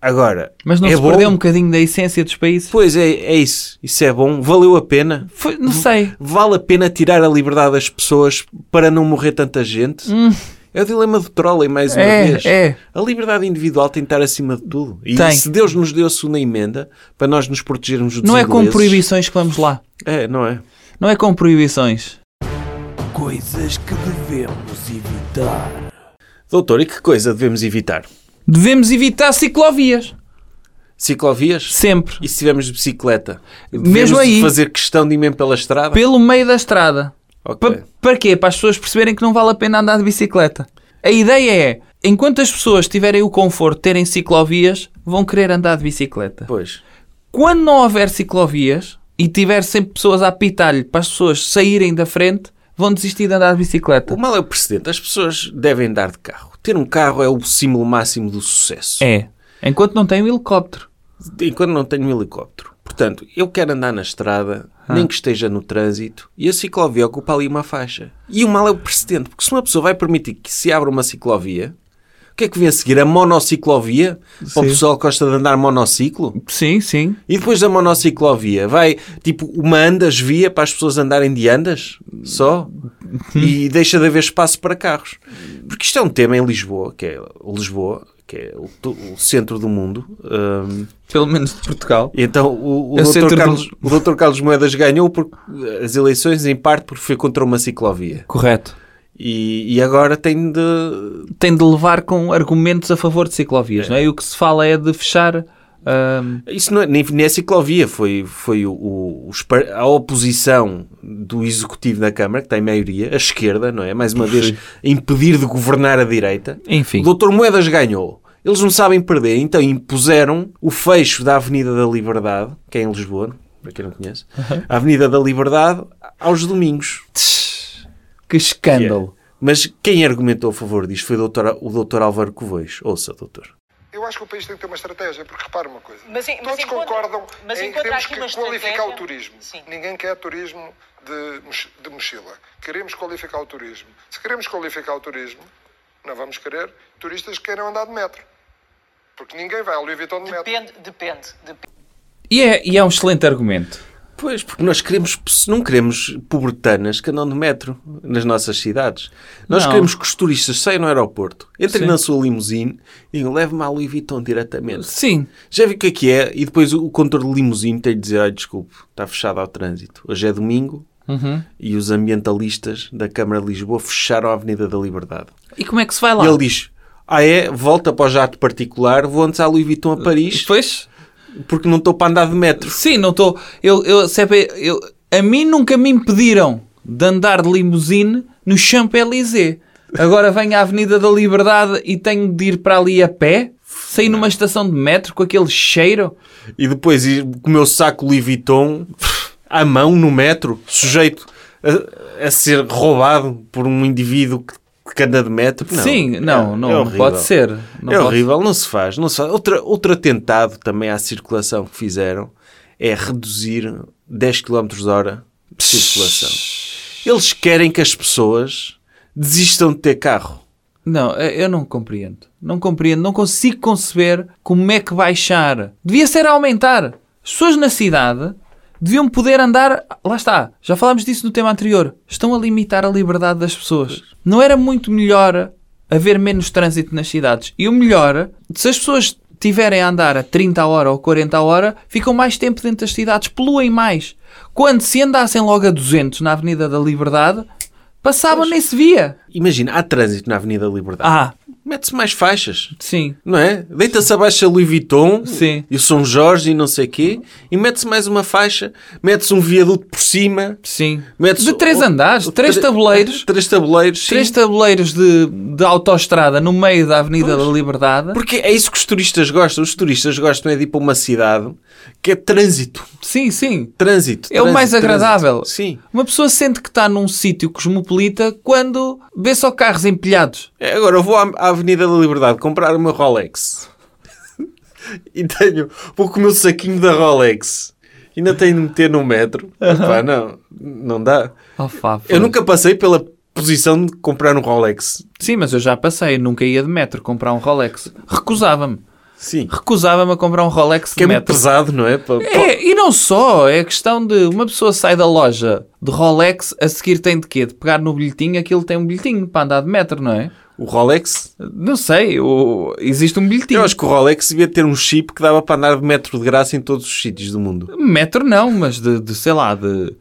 Speaker 2: Agora,
Speaker 3: Mas não
Speaker 2: é
Speaker 3: se
Speaker 2: bom?
Speaker 3: perdeu um bocadinho da essência dos países?
Speaker 2: Pois é, é isso. Isso é bom. Valeu a pena.
Speaker 3: Foi- não sei.
Speaker 2: Vale a pena tirar a liberdade das pessoas para não morrer tanta gente? É o dilema do trolley, mais uma
Speaker 3: Hum. É,
Speaker 2: vez.
Speaker 3: é.
Speaker 2: A liberdade individual tem de estar acima de tudo. E
Speaker 3: Tem.
Speaker 2: se Deus nos deu a segunda emenda para nós nos protegermos dos
Speaker 3: Não é com
Speaker 2: ingleses-
Speaker 3: proibições que vamos lá.
Speaker 2: É, não é?
Speaker 3: Não é com proibições.
Speaker 1: Coisas que devemos evitar.
Speaker 2: Doutor, e que coisa devemos evitar?
Speaker 3: Devemos evitar ciclovias.
Speaker 2: Ciclovias?
Speaker 3: Sempre.
Speaker 2: E se estivermos de bicicleta?
Speaker 3: Mesmo
Speaker 2: Devemos
Speaker 3: aí.
Speaker 2: fazer questão de ir mesmo pela estrada?
Speaker 3: Pelo meio da estrada.
Speaker 2: Ok.
Speaker 3: Pa- para quê? Para as pessoas perceberem que não vale a pena andar de bicicleta. A ideia é, enquanto as pessoas tiverem o conforto de terem ciclovias, vão querer andar de bicicleta.
Speaker 2: Pois.
Speaker 3: Quando não houver ciclovias e tiver sempre pessoas a apitar-lhe para as pessoas saírem da frente, vão desistir de andar de bicicleta.
Speaker 2: O mal é o precedente. As pessoas devem andar de carro. Ter um carro é o símbolo máximo do sucesso.
Speaker 3: É. Enquanto não tem um helicóptero.
Speaker 2: Enquanto não tenho um helicóptero. Portanto, eu quero andar na estrada,
Speaker 3: Ah.
Speaker 2: nem que esteja no trânsito, e a ciclovia ocupa ali uma faixa. E o mal é o precedente, porque se uma pessoa vai permitir que se abra uma ciclovia, o que é que vem a seguir? A monociclovia? Para o
Speaker 3: Sim.
Speaker 2: pessoal que gosta de andar monociclo?
Speaker 3: Sim, sim.
Speaker 2: E depois da monociclovia, vai tipo uma andas via para as pessoas andarem de andas só e deixa de haver espaço para carros. Porque isto é um tema em Lisboa, que é Lisboa, que é o, to- o centro do mundo. hum,
Speaker 3: Pelo menos de Portugal.
Speaker 2: e então o, o,
Speaker 3: É o centro
Speaker 2: Dr.
Speaker 3: do-
Speaker 2: Carlos, o Dr. Carlos Moedas ganhou por- as eleições em parte porque foi contra uma ciclovia.
Speaker 3: Correto.
Speaker 2: E, e agora tem de.
Speaker 3: Tem de levar com argumentos a favor de ciclovias, não é? E o que se fala é de fechar... ah, ahm,
Speaker 2: Isso não é, nem, nem é ciclovia, foi, foi o, o- os par- a oposição do executivo da Câmara, que tem maioria, a esquerda, não é? Mais uma vez, a impedir de governar a direita.
Speaker 3: Enfim.
Speaker 2: O doutor Moedas ganhou. Eles não sabem perder, então impuseram o fecho da Avenida da Liberdade, que é em Lisboa, para quem não conhece, a Avenida da Liberdade aos domingos. é.
Speaker 3: Que escândalo.
Speaker 2: Mas quem argumentou a favor disto foi o doutor, o doutor Álvaro Covões. Ouça, doutor.
Speaker 7: Eu acho que o país tem que ter uma estratégia, porque repara uma coisa.
Speaker 8: Mas en- mas
Speaker 7: Todos
Speaker 8: encontra-
Speaker 7: concordam
Speaker 8: mas
Speaker 7: em que
Speaker 8: encontra
Speaker 7: temos
Speaker 8: aqui
Speaker 7: que
Speaker 8: uma
Speaker 7: qualificar
Speaker 8: estratégia?
Speaker 7: o turismo.
Speaker 8: Sim.
Speaker 7: Ninguém quer turismo de, moch- de mochila. Queremos qualificar o turismo. Se queremos qualificar o turismo, não vamos querer turistas que queiram andar de metro. Porque ninguém vai ao Louis Vuitton de metro.
Speaker 8: Depende, depende, depende.
Speaker 3: E é, e é um excelente argumento.
Speaker 2: Pois, porque nós queremos, não queremos pobretanas que andam de metro nas nossas cidades. Nós
Speaker 3: Não.
Speaker 2: queremos que os turistas saiam no aeroporto, entrem
Speaker 3: Sim.
Speaker 2: na sua limusine e digam, leve-me à Louis Vuitton diretamente.
Speaker 3: Sim.
Speaker 2: Já vi o que é que é? E depois o condutor de limusine tem de dizer, ai, desculpe, está fechado ao trânsito. Hoje é domingo e os ambientalistas da Câmara de Lisboa fecharam a Avenida da Liberdade.
Speaker 3: E como é que se vai lá?
Speaker 2: E ele diz, ah é? Volta para o jato particular, vou antes à Louis Vuitton a Paris
Speaker 3: Pois?
Speaker 2: porque não estou para andar de metro.
Speaker 3: Sim, não estou. Eu, eu, sabe, eu, a mim nunca me impediram de andar de limusine no Champs-Élysées. Agora venho à Avenida da Liberdade e tenho de ir para ali a pé? Sair numa estação de metro com aquele cheiro?
Speaker 2: e depois ir com o meu saco Louis Vuitton à mão no metro, sujeito a, a ser roubado por um indivíduo que, que anda de metro. Não,
Speaker 3: Sim, não,
Speaker 2: é-
Speaker 3: não,
Speaker 2: é
Speaker 3: não
Speaker 2: horrível.
Speaker 3: pode ser. Não
Speaker 2: é
Speaker 3: pode-
Speaker 2: horrível, não se faz. Não se faz. Outra, outro atentado também à circulação que fizeram é reduzir 10 km hora de circulação. Eles querem que as pessoas desistam de ter carro.
Speaker 3: Não, eh, eu eu não compreendo. Não compreendo, não consigo conceber como é que baixar. Devia ser a aumentar. As pessoas na cidade deviam poder andar. Lá está, já falámos disso no tema anterior. Estão a limitar a liberdade das pessoas. Não era muito melhor haver menos trânsito nas cidades? E o melhor, se as pessoas tiverem a andar a 30 hora ou 40 hora, ficam mais tempo dentro das cidades, poluem mais. Quando se andassem logo a 200 na Avenida da Liberdade, passavam nem se via.
Speaker 2: Imagina, há trânsito na Avenida da Liberdade.
Speaker 3: Ah,
Speaker 2: Mete-se mais faixas.
Speaker 3: sim.
Speaker 2: não é? Deita-se abaixo a Louis Vuitton
Speaker 3: Sim.
Speaker 2: e o São Jorge e não sei quê e mete-se mais uma faixa, mete-se um viaduto por cima.
Speaker 3: Sim.
Speaker 2: Mete-se
Speaker 3: de três
Speaker 2: o-
Speaker 3: andares,
Speaker 2: o-
Speaker 3: três
Speaker 2: tre-
Speaker 3: tabuleiros,
Speaker 2: Três tabuleiros, sim.
Speaker 3: três tabuleiros de, de autoestrada no meio da Avenida da Liberdade.
Speaker 2: Porque é isso que os turistas gostam. Os turistas gostam é de ir para uma cidade que é trânsito.
Speaker 3: Sim, sim.
Speaker 2: Trânsito.
Speaker 3: É o
Speaker 2: trânsito,
Speaker 3: mais agradável.
Speaker 2: trânsito. Sim.
Speaker 3: Uma pessoa sente que está num sítio cosmopolita quando vê só carros empilhados.
Speaker 2: É, Agora eu vou à à Avenida da Liberdade comprar o meu Rolex. e tenho. Vou com o meu saquinho da Rolex. Ainda tenho de meter no metro. Pá, não. Não dá.
Speaker 3: Oh, Fábio.
Speaker 2: Eu nunca passei pela posição de comprar um Rolex.
Speaker 3: Sim, mas eu já passei, nunca ia de metro comprar um Rolex. Recusava-me.
Speaker 2: Sim.
Speaker 3: Recusava-me a comprar um Rolex
Speaker 2: Que é
Speaker 3: de
Speaker 2: muito
Speaker 3: metro.
Speaker 2: pesado, não é? Pa- pa-
Speaker 3: É, e não só, é a questão de uma pessoa sai da loja de Rolex, a seguir tem de quê? De pegar no bilhetinho, aquilo tem um bilhetinho para andar de metro, não é?
Speaker 2: O Rolex.
Speaker 3: Não sei, o- existe um bilhetinho.
Speaker 2: Eu acho que o Rolex devia ter um chip que dava para andar de metro de graça em todos os sítios do mundo.
Speaker 3: Metro não, mas de, de, sei lá, de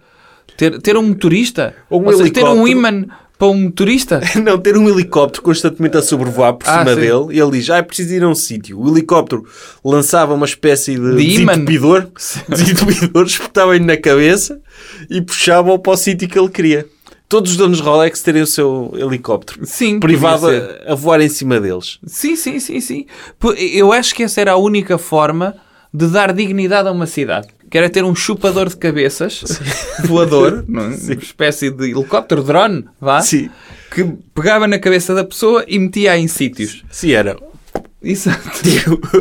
Speaker 3: ter, ter um motorista,
Speaker 2: Ou um
Speaker 3: seja, ter um
Speaker 2: helicóptero.
Speaker 3: imã para um motorista?
Speaker 2: Não, ter um helicóptero constantemente a sobrevoar por
Speaker 3: Ah,
Speaker 2: cima
Speaker 3: sim.
Speaker 2: dele. E ele diz, ah, preciso ir a um sítio. O helicóptero lançava uma espécie de,
Speaker 3: De ímã.
Speaker 2: desentupidor. Desentupidor, espetava-lhe na cabeça e puxava-o para o sítio que ele queria. Todos os donos de Rolex terem o seu helicóptero.
Speaker 3: Sim,
Speaker 2: Privado
Speaker 3: podia ser.
Speaker 2: a, a voar em cima deles.
Speaker 3: Sim, sim, sim, sim. P- Eu acho que essa era a única forma de dar dignidade a uma cidade. Que era ter um chupador de cabeças, voador, não é? Ah? uma espécie de helicóptero, drone, vá,
Speaker 2: Sim.
Speaker 3: que pegava na cabeça da pessoa e metia-a em sítios.
Speaker 2: Sim, era.
Speaker 3: Isso.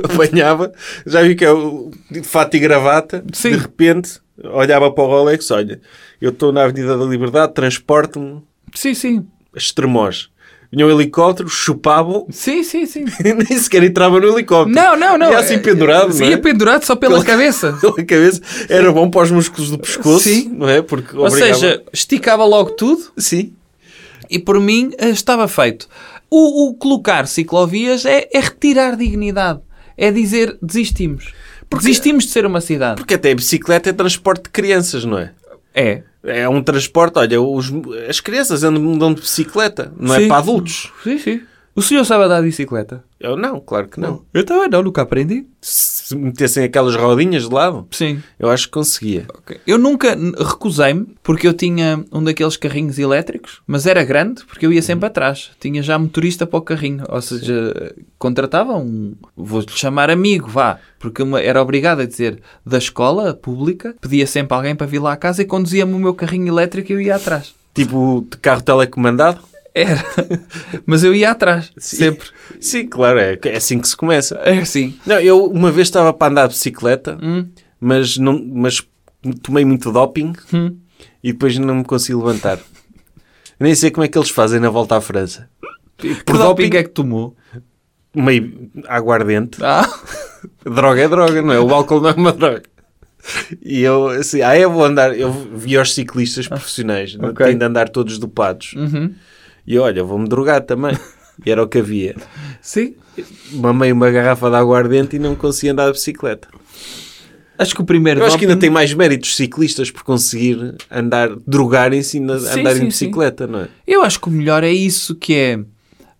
Speaker 2: Apanhava, já vi que é o de fato e gravata,
Speaker 3: Sim.
Speaker 2: de repente olhava para o Rolex, olha, eu estou na Avenida da Liberdade, transporte-me
Speaker 3: Sim, sim.
Speaker 2: extremos. Vinha um helicóptero, chupavam,
Speaker 3: Sim, sim, sim.
Speaker 2: nem sequer entrava no helicóptero.
Speaker 3: Não, não, não.
Speaker 2: Ia assim pendurado, não
Speaker 3: Ia
Speaker 2: é?
Speaker 3: pendurado só pela
Speaker 2: Pela-
Speaker 3: cabeça.
Speaker 2: Pela cabeça. Era bom para os músculos do pescoço,
Speaker 3: Sim.
Speaker 2: não é? Porque
Speaker 3: Ou seja, esticava logo tudo
Speaker 2: sim.
Speaker 3: E por mim eh, estava feito. O, o colocar ciclovias é, é retirar dignidade. É dizer desistimos. Desistimos de ser uma cidade.
Speaker 2: Porque até a bicicleta é transporte de crianças, não é?
Speaker 3: É.
Speaker 2: É um transporte, olha, os- as crianças andam andam de bicicleta, não
Speaker 3: Sim.
Speaker 2: é para adultos.
Speaker 3: Sim, sim. O senhor sabe andar de bicicleta?
Speaker 2: Eu não, claro que não.
Speaker 3: Eu também não, nunca aprendi.
Speaker 2: Se metessem aquelas rodinhas de lado,
Speaker 3: Sim.
Speaker 2: eu acho que conseguia.
Speaker 3: Ok. Eu nunca n- recusei-me porque eu tinha um daqueles carrinhos elétricos, mas era grande porque eu ia sempre atrás. Tinha já motorista para o carrinho, ou seja, contratava um, vou-lhe chamar amigo, vá, porque uma- era obrigado a dizer da escola pública, pedia sempre alguém para vir lá a casa e conduzia-me o meu carrinho elétrico e eu ia atrás.
Speaker 2: Tipo de carro telecomandado?
Speaker 3: Era, mas eu ia atrás, sempre.
Speaker 2: Sim, claro, é, é assim que se começa.
Speaker 3: É assim.
Speaker 2: Não, eu uma vez estava para andar de bicicleta, mas, não, mas tomei muito doping e depois não me consegui levantar. Nem sei como é que eles fazem na volta à França.
Speaker 3: Por doping é que tomou?
Speaker 2: Meio aguardente.
Speaker 3: Ah,
Speaker 2: Droga é droga, não é? O álcool não é uma droga. E eu, assim, ah, eu vou andar. Eu vi os ciclistas profissionais, não
Speaker 3: Ok. Uhum.
Speaker 2: têm de andar todos dopados. E eu, olha, vou-me drogar também. E era o que havia.
Speaker 3: sim.
Speaker 2: Mamei uma garrafa de aguardente e não consegui andar de bicicleta.
Speaker 3: Acho que o primeiro
Speaker 2: Eu acho que
Speaker 3: doping-
Speaker 2: ainda tem mais méritos ciclistas por conseguir andar, drogarem-se e na-
Speaker 3: Sim,
Speaker 2: andarem
Speaker 3: sim,
Speaker 2: de bicicleta, não é?
Speaker 3: Eu acho que o melhor é isso que é.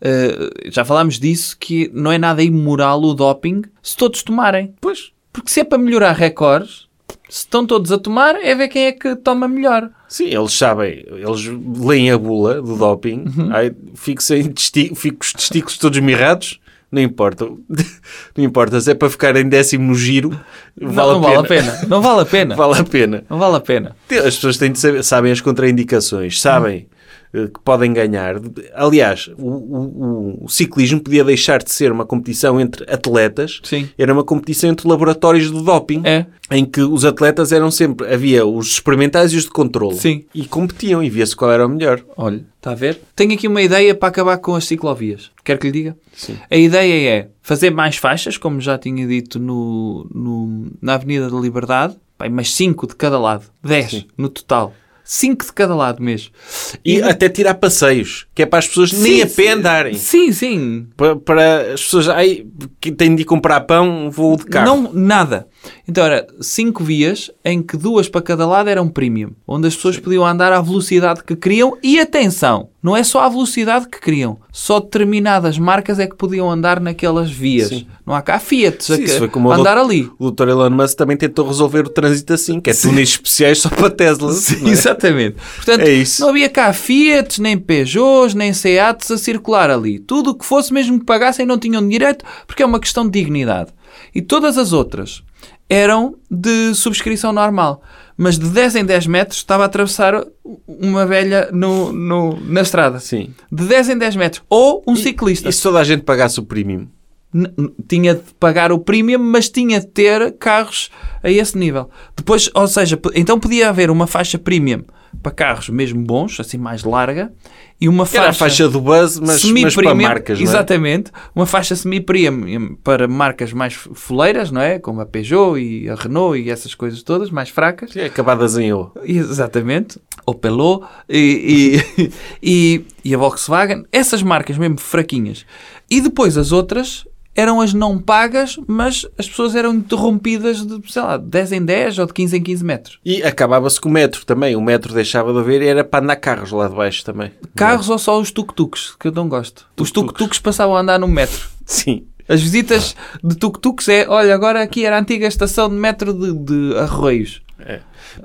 Speaker 3: eh, já falámos disso, que não é nada imoral o doping se todos tomarem. Pois. Porque se é para melhorar recordes, se estão todos a tomar, é ver quem é que toma melhor.
Speaker 2: Sim, eles sabem, eles leem a bula do doping,
Speaker 3: Uhum.
Speaker 2: aí fico, sem testi- fico com os testículos todos mirrados, não importa. Não importa, se é para ficar em décimo no giro, vale,
Speaker 3: não, não
Speaker 2: a,
Speaker 3: vale
Speaker 2: pena.
Speaker 3: a pena. Não vale a pena.
Speaker 2: Vale a pena.
Speaker 3: Não vale a pena.
Speaker 2: As pessoas têm de saber, sabem as contraindicações, sabem eh, que podem ganhar. Aliás, o, o- o ciclismo podia deixar de ser uma competição entre atletas,
Speaker 3: Sim.
Speaker 2: era uma competição entre laboratórios de doping,
Speaker 3: É.
Speaker 2: em que os atletas eram sempre, havia os experimentais e os de controle,
Speaker 3: Sim.
Speaker 2: e competiam e via-se qual era o melhor.
Speaker 3: Olha, está a ver? Tenho aqui uma ideia para acabar com as ciclovias. Quer que lhe diga? Sim. A ideia é fazer mais faixas, como já tinha dito no, no- na Avenida da Liberdade, Bem, mas 5 de cada lado, 10 no total. 5 de cada lado mesmo.
Speaker 2: E, até tirar passeios, que é para as pessoas nem a pé andarem.
Speaker 3: Sim, sim.
Speaker 2: Para, para as pessoas, ai, que têm de ir comprar pão, vou de carro.
Speaker 3: Não, nada. Então era 5 vias em que duas para cada lado eram premium, onde as pessoas podiam andar à velocidade que queriam e atenção, não é só à velocidade que queriam, só determinadas marcas é que podiam andar naquelas vias. Não há cá Fiat
Speaker 2: Sim, isso foi como o
Speaker 3: andar
Speaker 2: doutor-
Speaker 3: ali.
Speaker 2: O doutor Elon Musk também tentou resolver o trânsito assim, que é túneis especiais só para Tesla. não é?
Speaker 3: Exatamente. Portanto,
Speaker 2: É isso.
Speaker 3: não havia cá Fiats, nem Peugeots, nem Seats a circular ali. Tudo o que fosse, mesmo que pagassem, não tinham direito, porque é uma questão de dignidade. E todas as outras eram de subscrição normal. Mas de 10 em 10 metros estava a atravessar uma velha no, no- na estrada.
Speaker 2: Sim.
Speaker 3: De 10 em 10 metros. Ou um ciclista.
Speaker 2: E se toda a gente pagasse o premium?
Speaker 3: N- n- tinha de pagar o premium, mas tinha de ter carros a esse nível. Depois, ou seja, p- então podia haver uma faixa premium para carros mesmo bons, assim mais larga, e uma
Speaker 2: Que Era a faixa do Buzz, mas, mas para marcas, não é?
Speaker 3: exatamente, uma faixa semi-premium para marcas mais foleiras, não é? Como a Peugeot e a Renault e essas coisas todas, mais fracas.
Speaker 2: É, Acabadas em O.
Speaker 3: Exatamente. Opelô e, e, e, e a Volkswagen. Essas marcas mesmo fraquinhas. E depois as outras eram as não pagas, mas as pessoas eram interrompidas de, sei lá, 10 em 10 ou de 15 em 15 metros.
Speaker 2: E acabava-se com o metro também. O metro deixava de haver e era para andar carros lá de baixo também.
Speaker 3: Carros ou só os tuk-tuks, que eu não gosto. Os tuk-tuks passavam a andar no metro.
Speaker 2: Sim.
Speaker 3: As visitas de tuk-tuks é, olha, agora aqui era a antiga estação de metro de, de Arroios.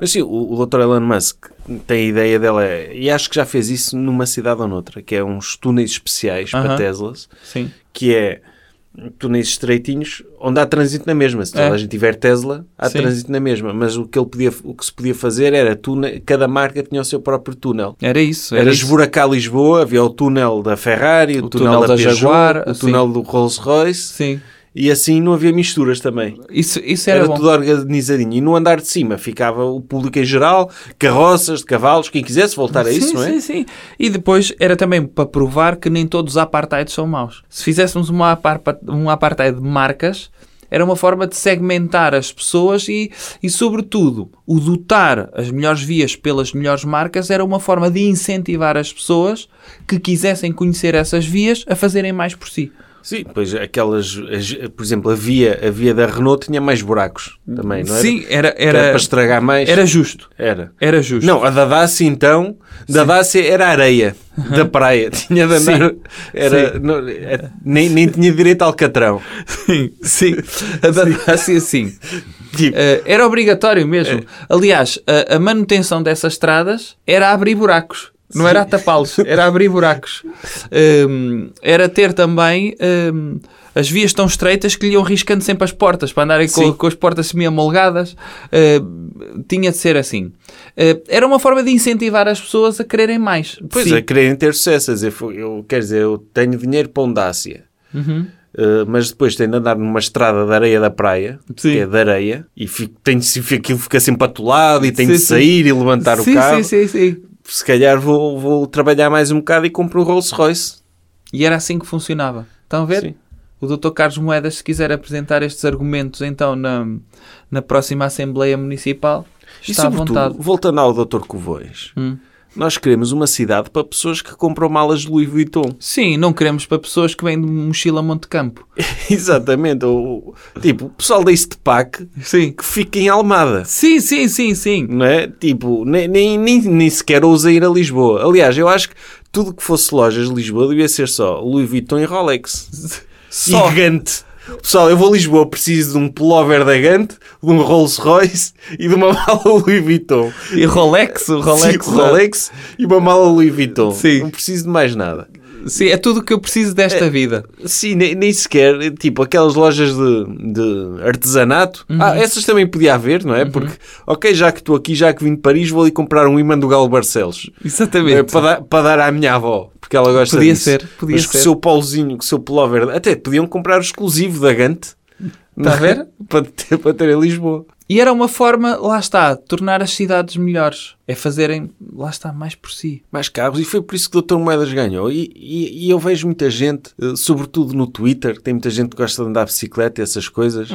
Speaker 2: Mas sim, o, o Dr. Elon Musk tem a ideia dela, é, e acho que já fez isso numa cidade ou noutra, que é uns túneis especiais para
Speaker 3: Aham.
Speaker 2: Teslas,
Speaker 3: Sim.
Speaker 2: que é túneis estreitinhos onde há trânsito na mesma. Se
Speaker 3: É.
Speaker 2: toda a gente tiver Tesla, há
Speaker 3: Sim.
Speaker 2: trânsito na mesma. Mas o que, ele podia, o que se podia fazer era túnel, cada marca tinha o seu próprio túnel.
Speaker 3: Era É isso. Era,
Speaker 2: Era
Speaker 3: isso.
Speaker 2: esburacar Lisboa, havia o túnel da Ferrari, o,
Speaker 3: O
Speaker 2: túnel,
Speaker 3: túnel
Speaker 2: da,
Speaker 3: da
Speaker 2: Peugeot,
Speaker 3: Jaguar,
Speaker 2: o
Speaker 3: assim.
Speaker 2: túnel do Rolls Royce,
Speaker 3: Sim.
Speaker 2: e assim não havia misturas também.
Speaker 3: Isso, isso era,
Speaker 2: Era,
Speaker 3: bom.
Speaker 2: tudo organizadinho. E no andar de cima ficava o público em geral, carroças, de cavalos, quem quisesse voltar a
Speaker 3: sim,
Speaker 2: isso, não é?
Speaker 3: Sim, sim. E depois era também para provar que nem todos os apartheids são maus. Se fizéssemos uma aparpa- um apartheid de marcas, era uma forma de segmentar as pessoas e, e, sobretudo, o dotar as melhores vias pelas melhores marcas era uma forma de incentivar as pessoas que quisessem conhecer essas vias a fazerem mais por si.
Speaker 2: Sim, pois aquelas, as- por exemplo, a via, a via da Renault tinha mais buracos também, não era?
Speaker 3: Sim, era,
Speaker 2: Que
Speaker 3: era,
Speaker 2: para estragar mais.
Speaker 3: era justo.
Speaker 2: Era.
Speaker 3: Era justo.
Speaker 2: Não, a da Dacia então, da Dacia era areia da praia, tinha de andar,
Speaker 3: Sim.
Speaker 2: era,
Speaker 3: Sim.
Speaker 2: não, é- nem, nem tinha direito ao alcatrão.
Speaker 3: Sim, sim. A assim, da Dacia, sim.
Speaker 2: Tipo,
Speaker 3: Eh, era obrigatório mesmo.
Speaker 2: É.
Speaker 3: Aliás, a, a manutenção dessas estradas era abrir buracos. Não era a tapá-los, era abrir buracos. Hum, era ter também hum, as vias tão estreitas que lhe iam riscando sempre as portas, para andarem com,
Speaker 2: Sim.
Speaker 3: com as portas semi-amolgadas. Hum, tinha de ser assim. Eh, era uma forma de incentivar as pessoas a quererem mais. de
Speaker 2: Pois, é,
Speaker 3: si.
Speaker 2: a quererem ter sucesso. a dizer, fo- eu, quer dizer, eu tenho dinheiro para um Dácia.
Speaker 3: Uhum.
Speaker 2: Uh, mas depois tenho de andar numa estrada de areia da praia,
Speaker 3: Sim.
Speaker 2: que é de areia, e fico, tenho, de- fico- aquilo fica sempre atolado e tenho
Speaker 3: Sim,
Speaker 2: de
Speaker 3: sim.
Speaker 2: sair e levantar
Speaker 3: sim,
Speaker 2: o carro.
Speaker 3: sim, sim, sim.
Speaker 2: Se calhar vou, vou trabalhar mais um bocado e compro um Rolls Royce.
Speaker 3: E era assim que funcionava. Estão a ver?
Speaker 2: Sim.
Speaker 3: O Dr. Carlos Moedas, se quiser apresentar estes argumentos, então, na, na próxima Assembleia Municipal,
Speaker 2: e
Speaker 3: está à
Speaker 2: sobretudo,
Speaker 3: vontade. Hum.
Speaker 2: voltando ao Dr. Covões, nós queremos uma cidade para pessoas que compram malas de Louis Vuitton.
Speaker 3: Sim, não queremos para pessoas que vêm de mochila Monte Campo.
Speaker 2: Exatamente. Ou, tipo, o pessoal da Estepac
Speaker 3: Sim.
Speaker 2: que fica em Almada.
Speaker 3: Sim, sim, sim, sim.
Speaker 2: não é? Tipo, nem, nem, nem, nem sequer ousa ir a Lisboa. Aliás, eu acho que tudo que fosse lojas de Lisboa devia ser só Louis Vuitton e Rolex.
Speaker 3: Só.
Speaker 2: E Gant. Pessoal, eu vou a Lisboa, preciso de um pullover da Gant, de um Rolls Royce e de uma mala Louis Vuitton.
Speaker 3: E Rolex, o Rolex. é?
Speaker 2: Sim, Rolex e uma mala Louis Vuitton.
Speaker 3: Sim.
Speaker 2: Não preciso de mais nada.
Speaker 3: Sim, é tudo o que eu preciso desta vida.
Speaker 2: Sim, nem, nem sequer, tipo, aquelas lojas de, de artesanato.
Speaker 3: Uhum.
Speaker 2: Ah, essas também podia haver, não é? Porque, ok, já que estou aqui, já que vim de Paris, vou ali comprar um imã do Galo Barcelos.
Speaker 3: Exatamente.
Speaker 2: É, para, dar, para dar à minha avó, porque ela gosta
Speaker 3: Podia
Speaker 2: disso.
Speaker 3: ser, podia
Speaker 2: Mas com
Speaker 3: ser.
Speaker 2: o seu pauzinho, com o seu pullover, até podiam comprar o exclusivo da Gant.
Speaker 3: Tá a ver?
Speaker 2: para, ter, para ter em Lisboa.
Speaker 3: E era uma forma, lá está, de tornar as cidades melhores. É fazerem, lá está, mais por si.
Speaker 2: Mais carros, e foi por isso que o Dr. Moedas ganhou. E, e- e eu vejo muita gente, eh, sobretudo no Twitter, que tem muita gente que gosta de andar de bicicleta e essas coisas,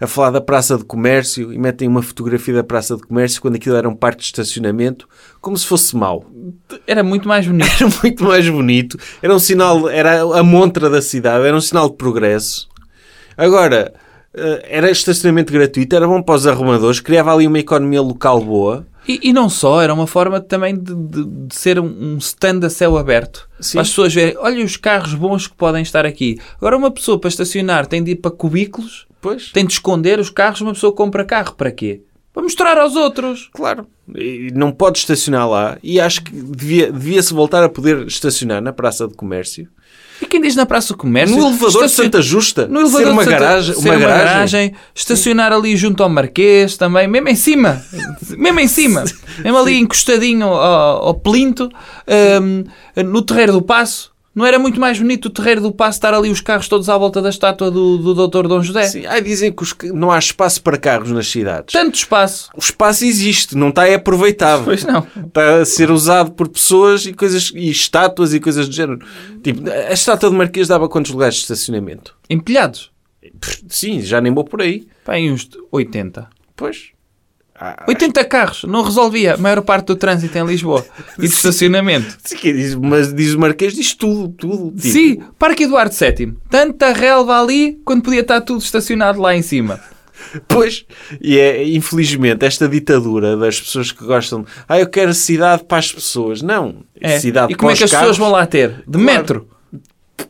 Speaker 2: a falar da Praça de Comércio e metem uma fotografia da Praça de Comércio quando aquilo era um parque de estacionamento, como se fosse mau.
Speaker 3: Era muito mais bonito.
Speaker 2: Era muito mais bonito. Era um sinal, era a montra da cidade, era um sinal de progresso. Agora, eh, era estacionamento gratuito, era bom para os arrumadores, criava ali uma economia local boa.
Speaker 3: E, e não só, era uma forma também de, de- de ser um, um stand a céu aberto.
Speaker 2: Sim.
Speaker 3: Para as pessoas verem, olha os carros bons que podem estar aqui. Agora, uma pessoa para estacionar tem de ir para cubículos,
Speaker 2: Pois.
Speaker 3: tem de esconder os carros, uma pessoa compra carro para quê? Para mostrar aos outros.
Speaker 2: Claro. E Não pode estacionar lá e acho que devia- devia-se voltar a poder estacionar na Praça de Comércio.
Speaker 3: E quem diz na Praça do Comércio?
Speaker 2: É No elevador de
Speaker 3: estacion-
Speaker 2: Santa Justa.
Speaker 3: No elevador
Speaker 2: ser uma
Speaker 3: de Santa-
Speaker 2: garagem.
Speaker 3: ser uma garagem, estacionar ali junto ao Marquês também, mesmo em cima, mesmo em cima, mesmo ali encostadinho ao, ao plinto, hum, no terreiro do Passo. Não era muito mais bonito o terreiro do Passo estar ali os carros todos à volta da estátua do, do Dr. Dom José?
Speaker 2: Sim. Ai, dizem que os ca- não há espaço para carros nas cidades.
Speaker 3: Tanto espaço.
Speaker 2: O espaço existe, não está é aproveitável.
Speaker 3: Pois não.
Speaker 2: Está a ser usado por pessoas e coisas e estátuas e coisas do género. Tipo, a estátua de Marquês dava quantos lugares de estacionamento?
Speaker 3: Empilhados.
Speaker 2: Pff, Sim, já nem vou por aí.
Speaker 3: Pá, em uns 80.
Speaker 2: Pois.
Speaker 3: 80 carros, não resolvia a maior parte do trânsito em Lisboa e de estacionamento.
Speaker 2: Sim, que diz- Mas diz o Marquês, diz tudo, tudo. tipo,
Speaker 3: Sim, Parque Eduardo VII. Tanta relva ali quando podia estar tudo estacionado lá em cima.
Speaker 2: Pois, e é, infelizmente, esta ditadura das pessoas que gostam de, ah, eu quero cidade para as pessoas. Não,
Speaker 3: É.
Speaker 2: cidade
Speaker 3: E como é
Speaker 2: para os
Speaker 3: que as
Speaker 2: carros,
Speaker 3: pessoas vão lá ter? De metro.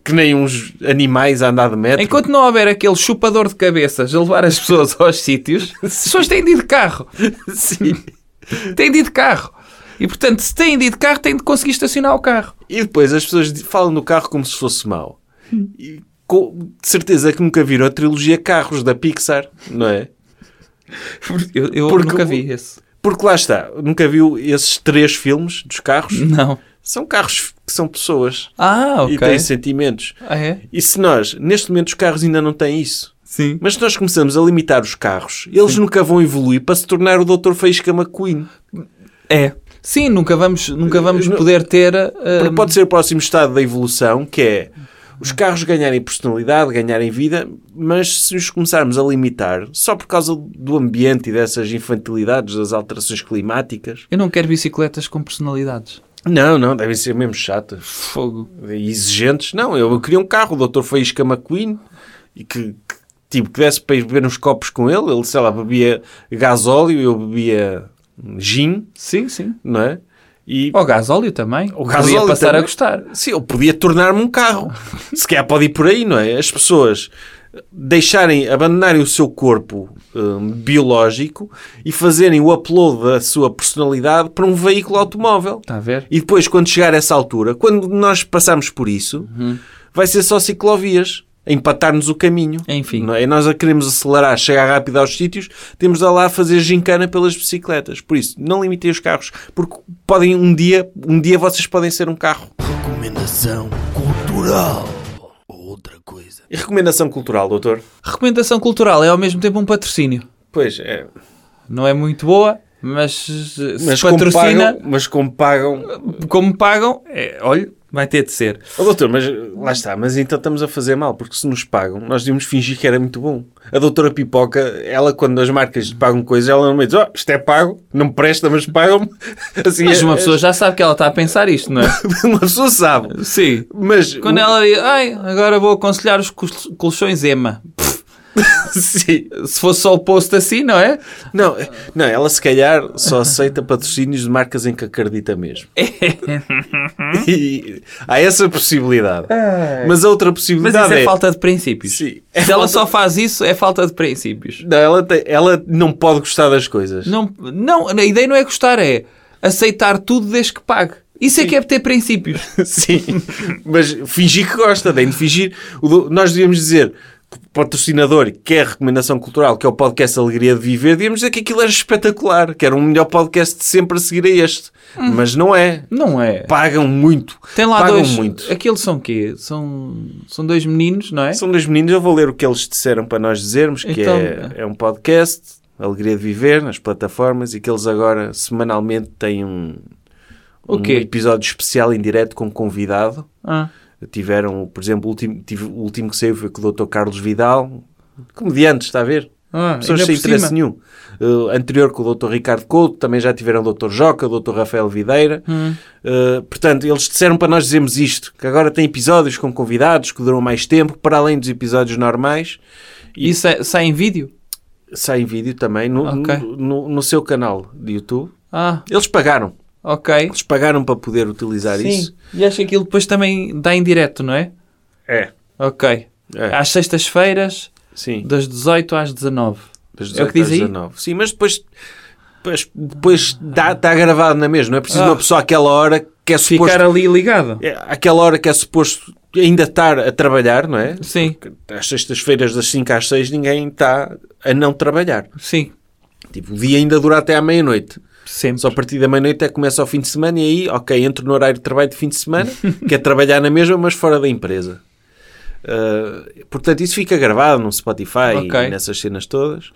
Speaker 2: que nem uns animais a andar de metro.
Speaker 3: Enquanto não houver aquele chupador de cabeças a levar as pessoas aos sítios, as pessoas têm de ir de carro.
Speaker 2: Sim.
Speaker 3: Têm de ir de carro. E portanto, se têm de ir de carro, têm de conseguir estacionar o carro.
Speaker 2: E depois as pessoas di- falam do carro como se fosse mau.
Speaker 3: Hum.
Speaker 2: E co- de certeza que nunca viram a trilogia Carros da Pixar, não é?
Speaker 3: Eu, eu
Speaker 2: Porque
Speaker 3: nunca
Speaker 2: o-
Speaker 3: vi esse.
Speaker 2: Porque lá está, nunca viu esses três filmes dos carros?
Speaker 3: Não.
Speaker 2: São carros que são pessoas
Speaker 3: Ah,
Speaker 2: e têm
Speaker 3: Hum. ok.
Speaker 2: sentimentos.
Speaker 3: Ah, é?
Speaker 2: E se nós, neste momento, os carros ainda não têm isso.
Speaker 3: Sim.
Speaker 2: Mas se nós começamos a limitar os carros, eles nunca vão evoluir para se tornar o Dr. Faísca McQueen.
Speaker 3: É. Sim, nunca vamos, nunca vamos poder ter.
Speaker 2: Porque
Speaker 3: hum,
Speaker 2: pode ser o próximo estado da evolução, que é os carros ganharem personalidade, ganharem vida, mas se os começarmos a limitar, só por causa do ambiente e dessas infantilidades, das alterações climáticas,
Speaker 3: Eu não quero bicicletas com personalidades.
Speaker 2: não, não, devem ser mesmo chatas
Speaker 3: Fogo.
Speaker 2: e exigentes. Não, eu queria um carro, o Dr. Faísca McQueen, e que, que, tipo, que desse para ir beber uns copos com ele, ele, sei lá, bebia gasóleo, eu bebia gin,
Speaker 3: Sim, sim.
Speaker 2: não é? E
Speaker 3: Ou gasóleo também.
Speaker 2: O
Speaker 3: Eu
Speaker 2: gasóleo
Speaker 3: ia passar
Speaker 2: também.
Speaker 3: a gostar.
Speaker 2: Sim, eu podia tornar-me um carro. Se calhar pode ir por aí, não é? As pessoas deixarem, abandonarem o seu corpo hum, biológico e fazerem o upload da sua personalidade para um veículo automóvel.
Speaker 3: Está a ver?
Speaker 2: E depois, quando chegar a essa altura, quando nós passarmos por isso, vai ser só ciclovias. a Empatar-nos o caminho.
Speaker 3: Enfim.
Speaker 2: Não é? E Nós a queremos acelerar, chegar rápido aos sítios, temos de lá fazer gincana pelas bicicletas. Por isso, não limitem os carros, porque podem um dia, um dia vocês podem ser um carro.
Speaker 1: Recomendação cultural. Ou outra coisa.
Speaker 2: E recomendação cultural, doutor?
Speaker 3: Recomendação cultural é ao mesmo tempo um patrocínio.
Speaker 2: Pois, é.
Speaker 3: Não é muito boa, mas eh, se
Speaker 2: Mas
Speaker 3: patrocina,
Speaker 2: como pagam... Mas como pagam...
Speaker 3: como pagam, é, olha, vai ter de ser.
Speaker 2: Oh, doutor, mas lá está. Mas então estamos a fazer mal, porque se nos pagam, nós devíamos fingir que era muito bom. A doutora Pipoca, ela quando as marcas lhe pagam coisas, ela não me diz, oh, isto é pago, não me presta, mas pagam-me. Assim,
Speaker 3: Mas
Speaker 2: é-
Speaker 3: uma pessoa já sabe que ela está a pensar isto, não é?
Speaker 2: uma pessoa sabe.
Speaker 3: Sim.
Speaker 2: Mas...
Speaker 3: Quando ela diz, ai, agora vou aconselhar os col- colchões Ema.
Speaker 2: Sim.
Speaker 3: Se fosse só o post assim, não é?
Speaker 2: Não, não, ela se calhar só aceita patrocínios de marcas em que acredita mesmo. E há essa possibilidade. Mas a outra
Speaker 3: Mas
Speaker 2: possibilidade
Speaker 3: isso é
Speaker 2: é...
Speaker 3: falta de princípios.
Speaker 2: Sim.
Speaker 3: Se ela só faz isso, é falta de princípios.
Speaker 2: Não, ela, tem- ela não pode gostar das coisas.
Speaker 3: Não, não, a ideia não é gostar, é aceitar tudo desde que pague. Isso é que é ter princípios.
Speaker 2: Sim. Mas fingir que gosta, tem de fingir. O do- Nós devíamos dizer que o patrocinador que é a recomendação cultural, que é o podcast Alegria de Viver, devíamos dizer que aquilo era espetacular, que era o melhor podcast de sempre a seguir a este. Mas não é.
Speaker 3: Não é?
Speaker 2: Pagam muito.
Speaker 3: Tem lá
Speaker 2: Pagam
Speaker 3: dois.
Speaker 2: muito.
Speaker 3: Aqueles são quê? São, são dois meninos, não é?
Speaker 2: São dois meninos, eu vou ler o que eles disseram para nós dizermos, que
Speaker 3: Então-
Speaker 2: é, é um podcast, Alegria de Viver, nas plataformas, e que eles agora semanalmente têm um,
Speaker 3: O quê?
Speaker 2: um episódio especial em direto com um convidado.
Speaker 3: Ah,
Speaker 2: Tiveram, por exemplo, o último, tive- o último que saiu foi com o Dr. Carlos Vidal, comediante, está a ver?
Speaker 3: ah,
Speaker 2: Pessoas
Speaker 3: ainda
Speaker 2: sem
Speaker 3: por
Speaker 2: interesse
Speaker 3: cima.
Speaker 2: nenhum. Uh, anterior com o Dr. Ricardo Couto, também já tiveram o Dr. Joca, o Dr. Rafael Videira.
Speaker 3: Hum.
Speaker 2: Uh, portanto, eles disseram para nós dizermos isto, que agora tem episódios com convidados que duram mais tempo, para além dos episódios normais.
Speaker 3: E sai, é, sai em vídeo?
Speaker 2: Sai em vídeo também no,
Speaker 3: Ok.
Speaker 2: no, no- no seu canal de YouTube.
Speaker 3: Ah,
Speaker 2: Eles pagaram.
Speaker 3: ok.
Speaker 2: Eles pagaram para poder utilizar isso.
Speaker 3: E acho que aquilo depois também dá em direto, não é?
Speaker 2: É.
Speaker 3: Ok.
Speaker 2: É.
Speaker 3: Às sextas-feiras,
Speaker 2: Sim.
Speaker 3: das 18 às 19.
Speaker 2: Das
Speaker 3: É o que
Speaker 2: 18 às
Speaker 3: diz aí?
Speaker 2: 19. Sim, mas depois, depois, depois dá- está gravado na mesma. Não é preciso
Speaker 3: Ah.
Speaker 2: uma pessoa àquela hora que é suposto...
Speaker 3: Ficar ali ligado.
Speaker 2: é, àquela hora que é suposto ainda estar a trabalhar, não é?
Speaker 3: Sim,
Speaker 2: Às sextas-feiras das 5 às 6 ninguém está a não trabalhar.
Speaker 3: sim.
Speaker 2: Tipo, o dia ainda dura até à meia-noite.
Speaker 3: Sempre.
Speaker 2: Só a partir da meia-noite é que começa o fim de semana e aí, ok, entro no horário de trabalho de fim de semana, que é trabalhar na mesma, mas fora da empresa. Ah, portanto, isso fica gravado no Spotify
Speaker 3: Ok.
Speaker 2: e nessas cenas todas.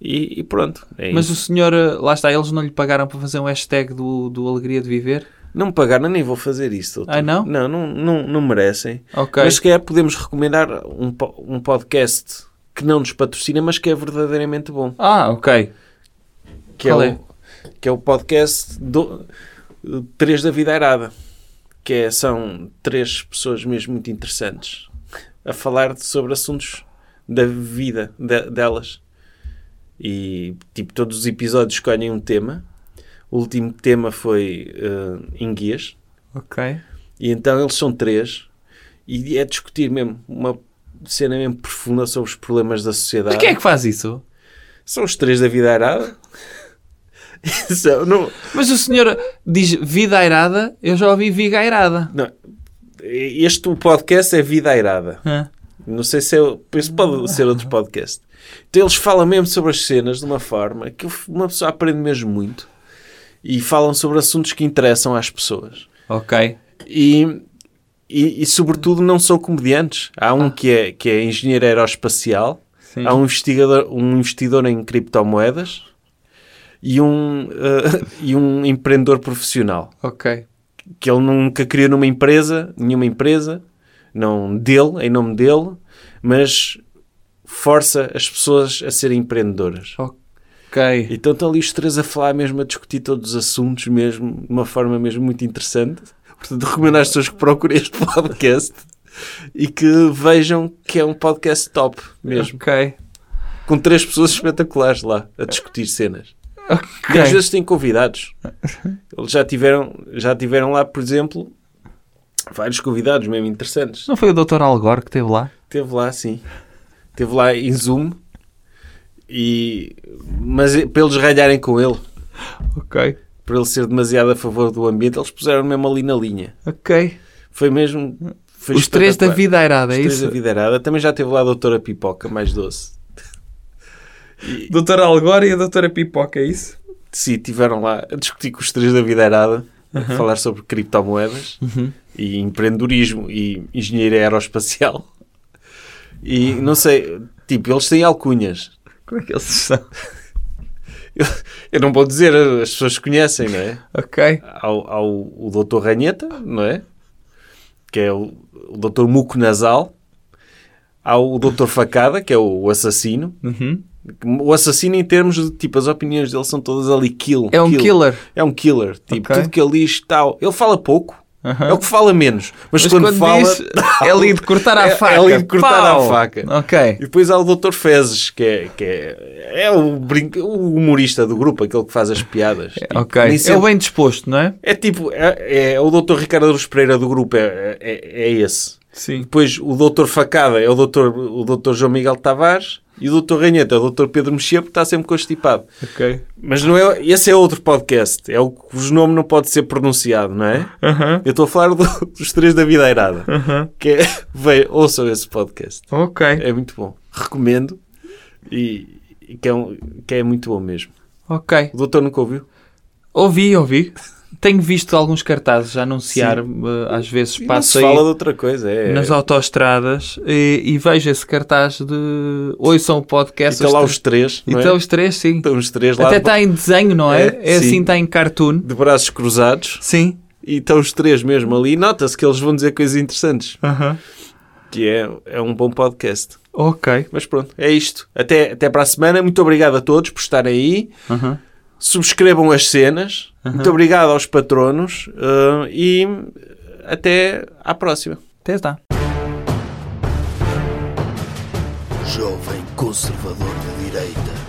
Speaker 2: E, e pronto, é
Speaker 3: Mas
Speaker 2: isso.
Speaker 3: o senhor, eh, lá está, eles não lhe pagaram para fazer um hashtag do, do Alegria de Viver?
Speaker 2: Não me pagaram, nem vou fazer isso. doutor.
Speaker 3: Ah, não?
Speaker 2: Não, não, não, não merecem.
Speaker 3: Ok.
Speaker 2: Mas se calhar podemos recomendar um, po- um podcast que não nos patrocina, mas que é verdadeiramente bom.
Speaker 3: Ah, ok.
Speaker 2: que,
Speaker 3: Qual
Speaker 2: é,
Speaker 3: é?
Speaker 2: O, que é o podcast do, Três da Vida Airada, que é- são três pessoas mesmo muito interessantes a falar de- sobre assuntos da vida de- delas. E tipo, todos os episódios escolhem um tema. O último tema foi eh, inglês.
Speaker 3: Ok.
Speaker 2: E então eles são três e é discutir mesmo uma cena mesmo profunda sobre os problemas da sociedade.
Speaker 3: Mas quem é que faz isso?
Speaker 2: São os três da vida arada. São- não,
Speaker 3: Mas o senhor diz vida airada, eu já ouvi viga airada.
Speaker 2: não. este podcast é Vida Airada.
Speaker 3: Hã?
Speaker 2: Não sei se é. Isso pode ser outro podcast. Então eles falam mesmo sobre as cenas de uma forma que uma pessoa aprende mesmo muito. E falam sobre assuntos que interessam às pessoas.
Speaker 3: Ok.
Speaker 2: e, e, e, sobretudo não são comediantes. Há um que, é, que é engenheiro aeroespacial,
Speaker 3: Sim.
Speaker 2: há um, investigador, um investidor em criptomoedas e um, eh, e um empreendedor profissional
Speaker 3: Ok.
Speaker 2: que ele nunca criou numa empresa, nenhuma empresa, não dele, em nome dele, mas força as pessoas a serem empreendedoras.
Speaker 3: Ok.
Speaker 2: Então estão ali os três a falar mesmo, a discutir todos os assuntos mesmo, de uma forma mesmo muito interessante. Portanto, recomendo às pessoas que procurem este podcast e que vejam que é um podcast top mesmo.
Speaker 3: Ok.
Speaker 2: Com três pessoas espetaculares lá, a discutir cenas. E às
Speaker 3: Ok.
Speaker 2: vezes têm convidados. Eles já tiveram, já tiveram lá, por exemplo, vários convidados mesmo interessantes.
Speaker 3: Não foi o Dr. Algor que esteve lá?
Speaker 2: Teve lá, sim. Teve lá em Zoom. E... Mas eh, para eles ralharem com ele.
Speaker 3: Ok.
Speaker 2: por ele ser demasiado a favor do ambiente, eles puseram mesmo ali na linha.
Speaker 3: Ok.
Speaker 2: Foi mesmo. foi
Speaker 3: Os três da
Speaker 2: espetacular.
Speaker 3: vida airada,
Speaker 2: Os
Speaker 3: é
Speaker 2: três
Speaker 3: isso?
Speaker 2: da vida arada. Também já teve lá a doutora Pipoca, mais doce.
Speaker 3: Doutor Algor e a Doutora Pipoca, é isso?
Speaker 2: Sim, tiveram lá a discutir com os três da vida arada, a falar sobre criptomoedas
Speaker 3: Uhum.
Speaker 2: e empreendedorismo e engenharia aeroespacial. E não sei, tipo, eles têm alcunhas.
Speaker 3: Como é que eles são?
Speaker 2: Eu, eu não vou dizer, as pessoas conhecem, não é?
Speaker 3: Ok.
Speaker 2: Ao, ao o doutor Ranheta, não é? Que é o, o doutor Muco Nasal. Há o doutor Facada, que é o, o assassino.
Speaker 3: Uhum.
Speaker 2: O assassino em termos de, tipo, as opiniões dele são todas ali kill.
Speaker 3: É um killer.
Speaker 2: É um killer. Tipo,
Speaker 3: Ok.
Speaker 2: tudo que ele diz, tal. Ele fala pouco.
Speaker 3: Aham.
Speaker 2: É o que fala menos. Mas,
Speaker 3: Mas
Speaker 2: quando,
Speaker 3: quando,
Speaker 2: fala...
Speaker 3: diz, é ali de cortar à
Speaker 2: É- é
Speaker 3: faca.
Speaker 2: ali de cortar à
Speaker 3: Pau!
Speaker 2: faca.
Speaker 3: Ok.
Speaker 2: E depois há o Dr. Fezes, que é, que é, é o, brin- o humorista do grupo, aquele que faz as piadas. Tipo,
Speaker 3: Ok.
Speaker 2: nem
Speaker 3: É o
Speaker 2: sempre-
Speaker 3: bem disposto, não é?
Speaker 2: É tipo, é, é o Dr. Ricardo dos Pereira do grupo, é, é, é esse.
Speaker 3: Sim.
Speaker 2: Depois o Dr. Facada é o Dr. O Dr. João Miguel Tavares e o Dr. Ranheta é o Dr. Pedro Mexia, porque está sempre constipado.
Speaker 3: Ok.
Speaker 2: Mas não é, esse é outro podcast, é o cujo nome não pode ser pronunciado, não é?
Speaker 3: Aham.
Speaker 2: Eu estou a falar do- dos três da vida airada. Que é, vem, ouçam esse podcast.
Speaker 3: Ok.
Speaker 2: É muito bom. Recomendo e, e que, é um- que é muito bom mesmo.
Speaker 3: Ok.
Speaker 2: O doutor nunca ouviu?
Speaker 3: Ouvi, ouvi. Tenho visto alguns cartazes a anunciar, eh, às vezes
Speaker 2: E não
Speaker 3: passo
Speaker 2: se
Speaker 3: aí
Speaker 2: fala de outra coisa. É,
Speaker 3: nas autoestradas e, e vejo esse cartaz de ouçam o
Speaker 2: e
Speaker 3: podcast.
Speaker 2: estão lá os três,
Speaker 3: e então,
Speaker 2: não é?
Speaker 3: estão os três, sim.
Speaker 2: Estão os três lá
Speaker 3: Até
Speaker 2: de-
Speaker 3: está em desenho, não é?
Speaker 2: É,
Speaker 3: É, assim,
Speaker 2: sim.
Speaker 3: está em cartoon.
Speaker 2: de braços cruzados.
Speaker 3: Sim.
Speaker 2: e estão os três mesmo ali. Nota-se que eles vão dizer coisas interessantes,
Speaker 3: Aham.
Speaker 2: que é, é um bom podcast.
Speaker 3: Ok.
Speaker 2: Mas pronto, é isto. Até, até para a semana. Muito obrigado a todos por estarem aí.
Speaker 3: Aham.
Speaker 2: Subscrevam as cenas. Muito obrigado aos patronos ah, e até à próxima.
Speaker 3: Até já.
Speaker 1: Jovem Conservador de Direita.